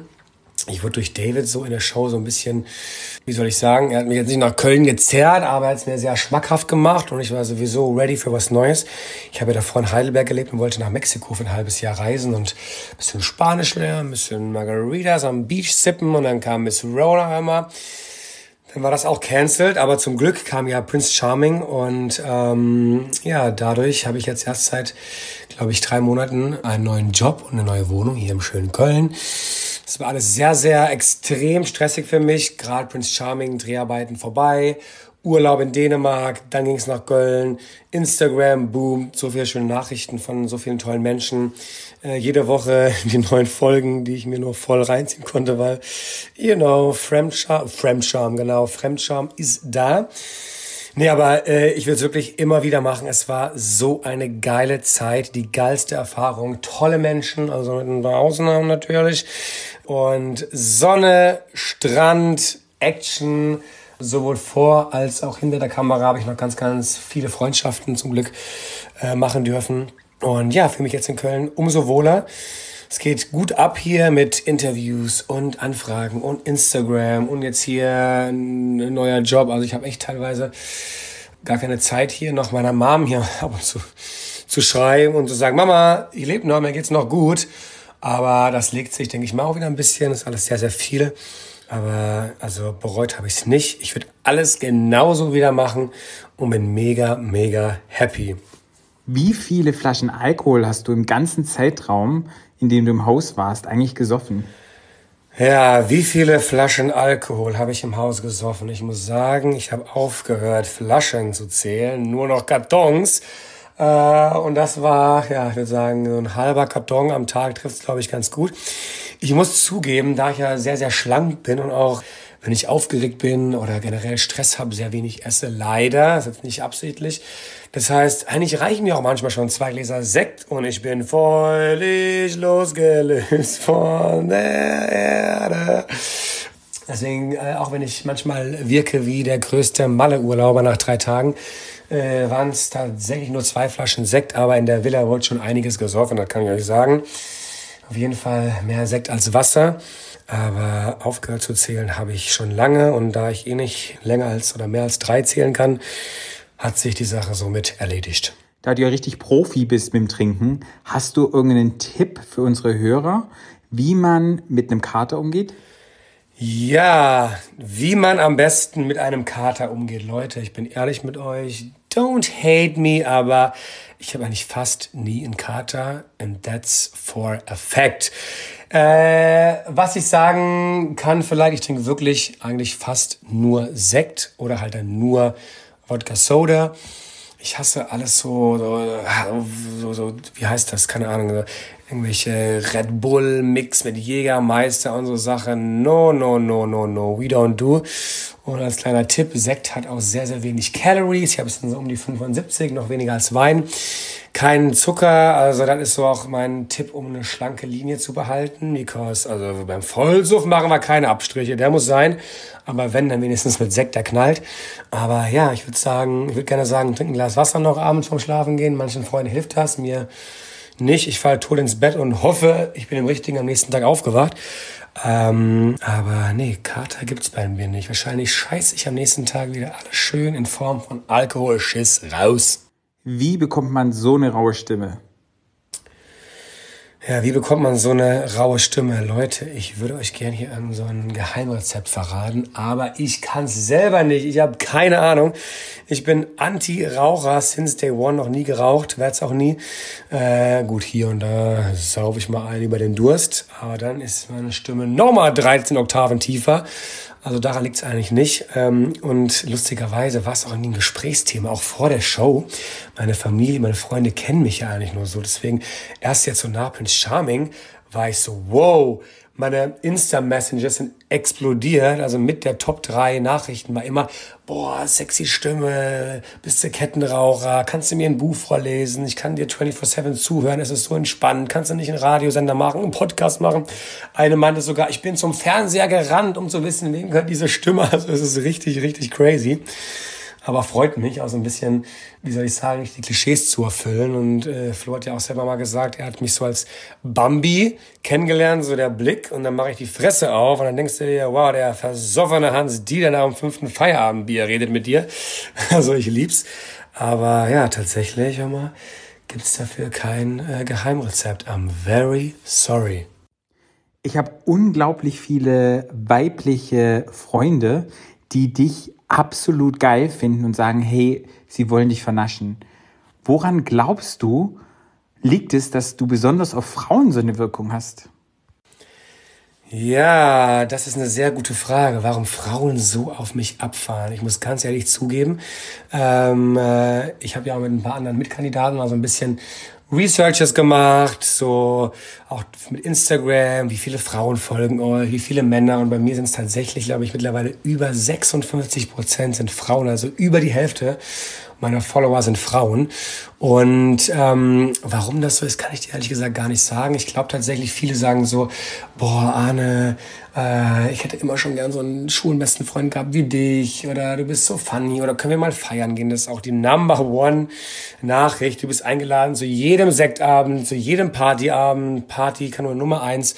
Ich wurde durch David so in der Show so ein bisschen, wie soll ich sagen, er hat mich jetzt nicht nach Köln gezerrt, aber er hat es mir sehr schmackhaft gemacht und ich war sowieso ready für was Neues. Ich habe ja davor in Heidelberg gelebt und wollte nach Mexiko für ein halbes Jahr reisen und ein bisschen Spanisch lernen, ein bisschen Margaritas am Beach sippen und dann kam Miss Rona einmal. Dann war das auch cancelled, aber zum Glück kam ja Prince Charming und ähm, ja, dadurch habe ich jetzt erst seit, glaube ich, drei Monaten einen neuen Job und eine neue Wohnung hier im schönen Köln. Das war alles sehr, sehr extrem stressig für mich. Gerade Prince Charming, Dreharbeiten vorbei, Urlaub in Dänemark, dann ging es nach Köln, Instagram, boom, so viele schöne Nachrichten von so vielen tollen Menschen. Äh, jede Woche die neuen Folgen, die ich mir nur voll reinziehen konnte, weil, you know, Fremdscham, Fremdscham, genau, Fremdscham ist da. Nee, aber äh, ich würde es wirklich immer wieder machen. Es war so eine geile Zeit, die geilste Erfahrung, tolle Menschen, also mit ein paar Ausnahmen natürlich. Und Sonne, Strand, Action, sowohl vor als auch hinter der Kamera habe ich noch ganz, ganz viele Freundschaften zum Glück äh, machen dürfen. Und ja, fühle mich jetzt in Köln umso wohler. Es geht gut ab hier mit Interviews und Anfragen und Instagram und jetzt hier ein neuer Job. Also ich habe echt teilweise gar keine Zeit hier noch meiner Mom hier ab und zu zu schreiben und zu sagen, Mama, ich lebe noch, mir geht's noch gut. Aber das legt sich, denke ich mal, auch wieder ein bisschen. Das ist alles sehr, sehr viel. Aber also bereut habe ich es nicht. Ich würde alles genauso wieder machen und bin mega, mega happy.
Wie viele Flaschen Alkohol hast du im ganzen Zeitraum, in dem du im Haus warst, eigentlich gesoffen?
Ja, wie viele Flaschen Alkohol habe ich im Haus gesoffen? Ich muss sagen, ich habe aufgehört, Flaschen zu zählen, nur noch Kartons. Äh, und das war, ja, ich würde sagen, so ein halber Karton am Tag trifft es, glaube ich, ganz gut. Ich muss zugeben, da ich ja sehr, sehr schlank bin und auch, wenn ich aufgeregt bin oder generell Stress habe, sehr wenig esse, leider, ist jetzt nicht absichtlich. Das heißt, eigentlich reichen mir auch manchmal schon zwei Gläser Sekt und ich bin völlig losgelöst von der Erde. Deswegen, äh, auch wenn ich manchmal wirke wie der größte Malle-Urlauber nach drei Tagen, äh, waren es tatsächlich nur zwei Flaschen Sekt, aber in der Villa wurde schon einiges gesoffen, das kann ich euch sagen. Auf jeden Fall mehr Sekt als Wasser. Aber aufgehört zu zählen habe ich schon lange. Und da ich eh nicht länger als oder mehr als drei zählen kann, hat sich die Sache somit erledigt.
Da du ja richtig Profi bist mit dem Trinken, hast du irgendeinen Tipp für unsere Hörer, wie man mit einem Kater umgeht?
Ja, wie man am besten mit einem Kater umgeht. Leute, ich bin ehrlich mit euch. Don't hate me, aber ich habe eigentlich fast nie einen Kater. And that's for a fact. Äh, was ich sagen kann, vielleicht, ich trinke wirklich eigentlich fast nur Sekt oder halt dann nur Wodka Soda. Ich hasse alles so, so, so, so, wie heißt das? Keine Ahnung. so Irgendwelche Red Bull Mix mit Jägermeister und so Sachen. No, no, no, no, no. We don't do. Und als kleiner Tipp, Sekt hat auch sehr, sehr wenig Calories. Ich habe es so um die 75, noch weniger als Wein. Kein Zucker. Also das ist so auch mein Tipp, um eine schlanke Linie zu behalten. Because, also beim Vollsuff machen wir keine Abstriche. Der muss sein. Aber wenn, dann wenigstens mit Sekt, der knallt. Aber ja, ich würde sagen, ich würde gerne sagen, trink ein Glas Wasser noch abends vorm Schlafen gehen. Manchen Freunden hilft das, mir nicht. Ich falle tot ins Bett und hoffe, ich bin im Richtigen am nächsten Tag aufgewacht. Ähm, aber nee, Kater gibt's bei mir nicht. Wahrscheinlich scheiß ich am nächsten Tag wieder alles schön in Form von Alkoholschiss raus.
Wie bekommt man so eine raue Stimme?
Ja, wie bekommt man so eine raue Stimme? Leute, ich würde euch gern hier irgend so ein Geheimrezept verraten, aber ich kann's selber nicht. Ich habe keine Ahnung. Ich bin Anti-Raucher since day one, noch nie geraucht, werd's auch nie. Äh, gut, hier und da sauf ich mal ein über den Durst, aber dann ist meine Stimme nochmal 13 Oktaven tiefer. Also daran liegt's eigentlich nicht. Ähm, und lustigerweise war es auch nie ein Gesprächsthema, auch vor der Show. Meine Familie, meine Freunde kennen mich ja eigentlich nur so. Deswegen erst jetzt so nach Prince Charming war ich so, wow, meine Insta-Messenger sind explodiert. Also mit der Top 3 Nachrichten war immer, boah, sexy Stimme, bist du Kettenraucher, kannst du mir ein Buch vorlesen, ich kann dir 24-7 zuhören, es ist so entspannt, kannst du nicht einen Radiosender machen, einen Podcast machen. Eine meinte sogar, ich bin zum Fernseher gerannt, um zu wissen, wem gehört diese Stimme. Also es ist richtig, richtig crazy aber freut mich auch so ein bisschen, wie soll ich sagen, nicht die Klischees zu erfüllen. Und äh, Flo hat ja auch selber mal gesagt, er hat mich so als Bambi kennengelernt, so der Blick. Und dann mache ich die Fresse auf und dann denkst du dir, wow, der versoffene Hans Dieter nach dem fünften Feierabendbier redet mit dir. Also ich lieb's. Aber ja, tatsächlich, hör mal, gibt's dafür kein äh, Geheimrezept. I'm very sorry.
Ich habe unglaublich viele weibliche Freunde, die dich absolut geil finden und sagen, hey, sie wollen dich vernaschen. Woran glaubst du, liegt es, dass du besonders auf Frauen so eine Wirkung hast?
Ja, das ist eine sehr gute Frage, warum Frauen so auf mich abfahren. Ich muss ganz ehrlich zugeben, ähm, äh, ich habe ja auch mit ein paar anderen Mitkandidaten mal so ein bisschen Researches gemacht, so auch mit Instagram, wie viele Frauen folgen euch, wie viele Männer. Und bei mir sind es tatsächlich, glaube ich, mittlerweile über 56 Prozent sind Frauen, also über die Hälfte meiner Follower sind Frauen. Und ähm, warum das so ist, kann ich dir ehrlich gesagt gar nicht sagen. Ich glaube tatsächlich, viele sagen so, boah, Arne, äh, ich hätte immer schon gern so einen schulenbesten Freund gehabt wie dich oder du bist so funny oder können wir mal feiern gehen. Das ist auch die Number One Nachricht. Du bist eingeladen zu jedem Sektabend, zu jedem Partyabend. Party kann nur Nummer eins.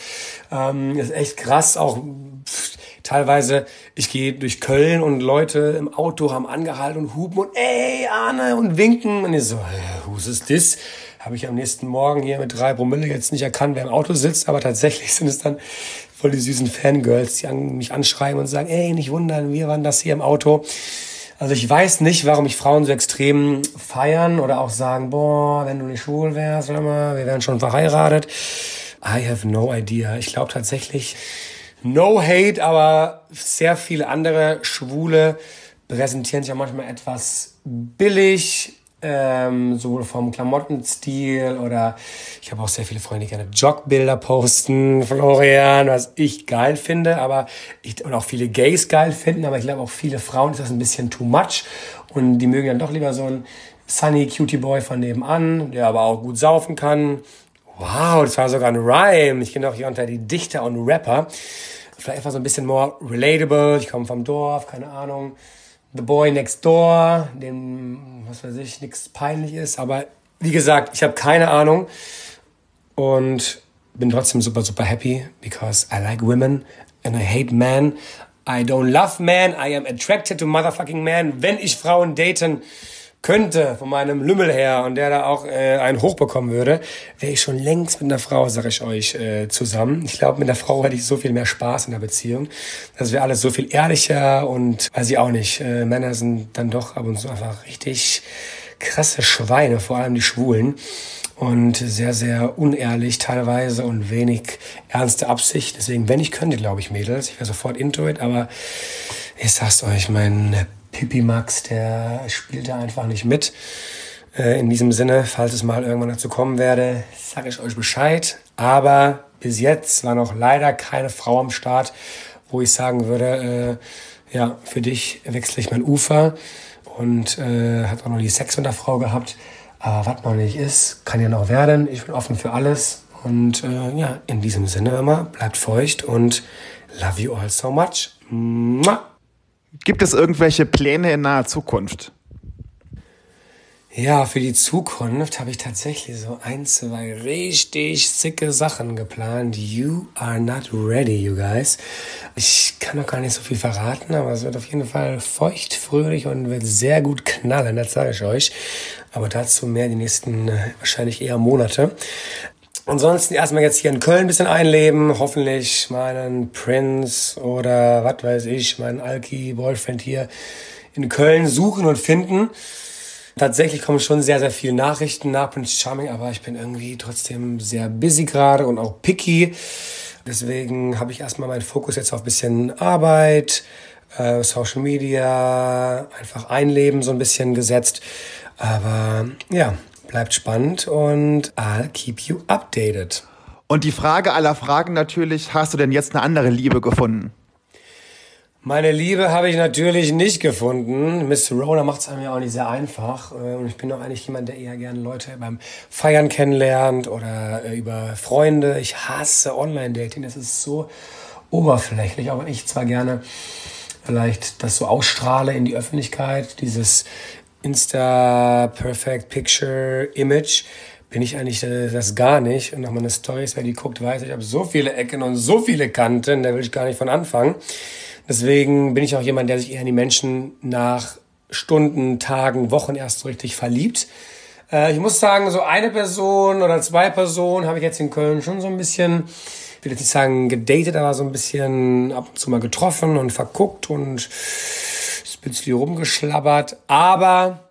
Ähm, ist echt krass, auch pff, teilweise, ich gehe durch Köln und Leute im Auto haben angehalten und hupen und ey, Arne und winken. Und ich so, was ist das? Habe ich am nächsten Morgen hier mit drei Promille jetzt nicht erkannt, wer im Auto sitzt, aber tatsächlich sind es dann voll die süßen Fangirls, die an, mich anschreiben und sagen, ey, nicht wundern, wir waren das hier im Auto. Also ich weiß nicht, warum mich Frauen so extrem feiern oder auch sagen, boah, wenn du nicht schwul wärst, oder mal, wir wären schon verheiratet. I have no idea. Ich glaube tatsächlich, no hate, aber sehr viele andere Schwule präsentieren sich ja manchmal etwas billig, ähm, sowohl vom Klamottenstil oder ich habe auch sehr viele Freunde, die gerne Jogbilder posten, Florian, was ich geil finde, aber ich und auch viele Gays geil finden, aber ich glaube auch viele Frauen ist das ein bisschen too much und die mögen dann doch lieber so einen Sunny Cutie Boy von nebenan, der aber auch gut saufen kann, Wow, das war sogar ein Rhyme. Ich kenne auch hier unter die Dichter und Rapper. Vielleicht einfach so ein bisschen more relatable. Ich komme vom Dorf, keine Ahnung. The Boy Next Door, dem, was weiß ich, nichts peinlich ist. Aber wie gesagt, ich habe keine Ahnung. Und bin trotzdem super, super happy because I like women and I hate men. I don't love men. I am attracted to motherfucking men. Wenn ich Frauen daten könnte, von meinem Lümmel her, und der da auch äh, einen hochbekommen würde, wäre ich schon längst mit einer Frau, sag ich euch, äh, zusammen. Ich glaube, mit einer Frau hätte ich so viel mehr Spaß in der Beziehung. Das wäre alles so viel ehrlicher und weiß ich auch nicht. Äh, Männer sind dann doch ab und zu einfach richtig krasse Schweine, vor allem die Schwulen. Und sehr, sehr unehrlich teilweise und wenig ernste Absicht. Deswegen, wenn ich könnte, glaube ich, Mädels, ich wäre sofort into it, aber ich sag's euch, mein Pipi Max, der spielt da einfach nicht mit. Äh, In diesem Sinne, falls es mal irgendwann dazu kommen werde, sage ich euch Bescheid. Aber bis jetzt war noch leider keine Frau am Start, wo ich sagen würde, äh, ja, für dich wechsle ich mein Ufer und äh, hat auch noch die Sex mit der Frau gehabt. Aber was noch nicht ist, kann ja noch werden. Ich bin offen für alles. Und äh, ja, in diesem Sinne immer, bleibt feucht und love you all so much. Mua.
Gibt es irgendwelche Pläne in naher Zukunft?
Ja, für die Zukunft habe ich tatsächlich so ein, zwei richtig sicke Sachen geplant. You are not ready, you guys. Ich kann noch gar nicht so viel verraten, aber es wird auf jeden Fall feucht, fröhlich und wird sehr gut knallen, das sage ich euch. Aber dazu mehr die nächsten äh, wahrscheinlich eher Monate. Ansonsten erstmal jetzt hier in Köln ein bisschen einleben, hoffentlich meinen Prince oder was weiß ich, meinen Alki-Boyfriend hier in Köln suchen und finden. Tatsächlich kommen schon sehr, sehr viele Nachrichten nach Prince Charming, aber ich bin irgendwie trotzdem sehr busy gerade und auch picky. Deswegen habe ich erstmal meinen Fokus jetzt auf ein bisschen Arbeit, äh, Social Media, einfach einleben so ein bisschen gesetzt. Aber ja, bleibt spannend und I'll keep you updated.
Und die Frage aller Fragen natürlich, hast du denn jetzt eine andere Liebe gefunden?
Meine Liebe habe ich natürlich nicht gefunden. Miss Rona macht es einem ja auch nicht sehr einfach. Äh, Und ich bin auch eigentlich jemand, der eher gerne Leute beim Feiern kennenlernt oder äh, über Freunde. Ich hasse Online-Dating. Das ist so oberflächlich, auch wenn ich zwar gerne vielleicht das so ausstrahle in die Öffentlichkeit, dieses Insta-Perfect-Picture-Image, bin ich eigentlich äh, das gar nicht. Und nach meinen Stories, wer die guckt, weiß, ich habe so viele Ecken und so viele Kanten, da will ich gar nicht von anfangen. Deswegen bin ich auch jemand, der sich eher in die Menschen nach Stunden, Tagen, Wochen erst so richtig verliebt. Äh, ich muss sagen, so eine Person oder zwei Personen habe ich jetzt in Köln schon so ein bisschen, ich will jetzt nicht sagen gedatet, aber so ein bisschen ab und zu mal getroffen und verguckt und ein bisschen hier rumgeschlabbert. Aber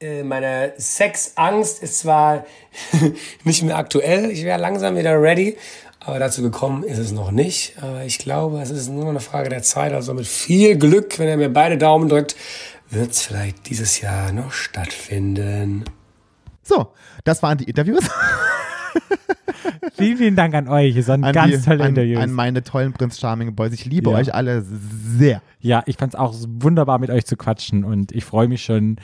äh, meine Sexangst ist zwar nicht mehr aktuell, ich wäre langsam wieder ready, aber dazu gekommen ist es noch nicht. Aber ich glaube, es ist nur eine Frage der Zeit. Also mit viel Glück, wenn er mir beide Daumen drückt, wird es vielleicht dieses Jahr noch stattfinden.
So, das waren die Interviews.
Vielen, vielen Dank an euch. Es waren
An
ganz
die,
tolle
an,
Interviews.
An meine tollen Prinz Charming Boys. Ich liebe
Ja.
euch alle sehr.
Ja, ich fand's auch wunderbar, mit euch zu quatschen und ich freue mich schon,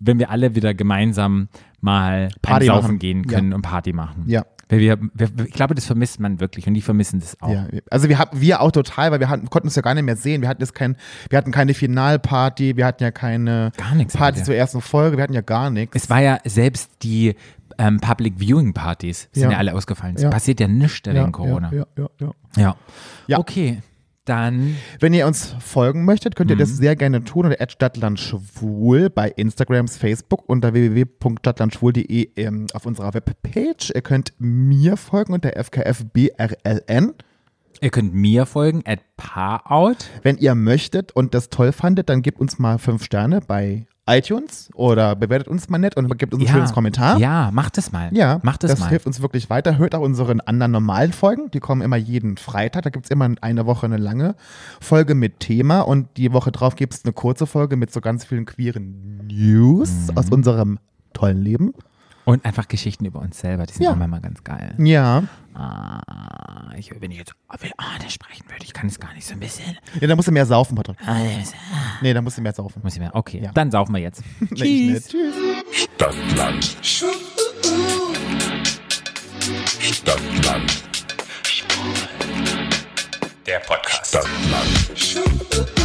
wenn wir alle wieder gemeinsam mal
Party
einsaufen
machen.
gehen
Ja.
können und Party machen.
Ja.
Weil wir, wir, ich glaube, das vermisst man wirklich und die vermissen das auch.
Ja, also wir haben wir auch total, weil wir hatten, konnten uns ja gar nicht mehr sehen. Wir hatten jetzt kein, wir hatten keine Finalparty, wir hatten ja keine
Gar nichts hatten
Party
wir.
zur ersten Folge, wir hatten ja gar nichts.
Es war ja selbst die ähm, Public Viewing Partys sind ja,
Ja.
alle ausgefallen. Es
Ja.
passiert ja nichts wegen
ja,
Corona.
Ja, ja, ja, ja.
Ja.
Ja.
Okay, dann
Wenn ihr uns folgen möchtet, könnt ihr das sehr gerne tun unter @stadtlandschwul bei Instagrams, Facebook unter www.stadtlandschwul.de ähm, auf unserer Webpage. Ihr könnt mir folgen unter fkfbrln.
ihr könnt mir folgen at Paarout.
Wenn ihr möchtet und das toll fandet, dann gebt uns mal fünf Sterne bei iTunes oder bewertet uns mal nett und gebt uns ein schönes Kommentar.
Ja, macht es mal.
Ja,
macht es
das
mal.
hilft uns wirklich weiter. Hört auch unseren anderen normalen Folgen. Die kommen immer jeden Freitag. Da gibt es immer eine Woche eine lange Folge mit Thema und die Woche drauf gibt es eine kurze Folge mit so ganz vielen queeren
Mhm.
News aus unserem tollen Leben.
Und einfach Geschichten über uns selber, die sind
Ja.
auch immer ganz geil.
Ja.
Ah, ich, wenn ich jetzt über Arne sprechen würde, ich kann es gar nicht so ein bisschen.
ja da musst du mehr saufen, Patrick.
Ah, das-
Nee, da musst du mehr saufen.
Muss ich mir, okay,
Ja.
dann saufen wir jetzt.
Nee, ich nicht.
Tschüss.
Tschüss.
Stadtland. Stadtland. Der Podcast. Stadtland.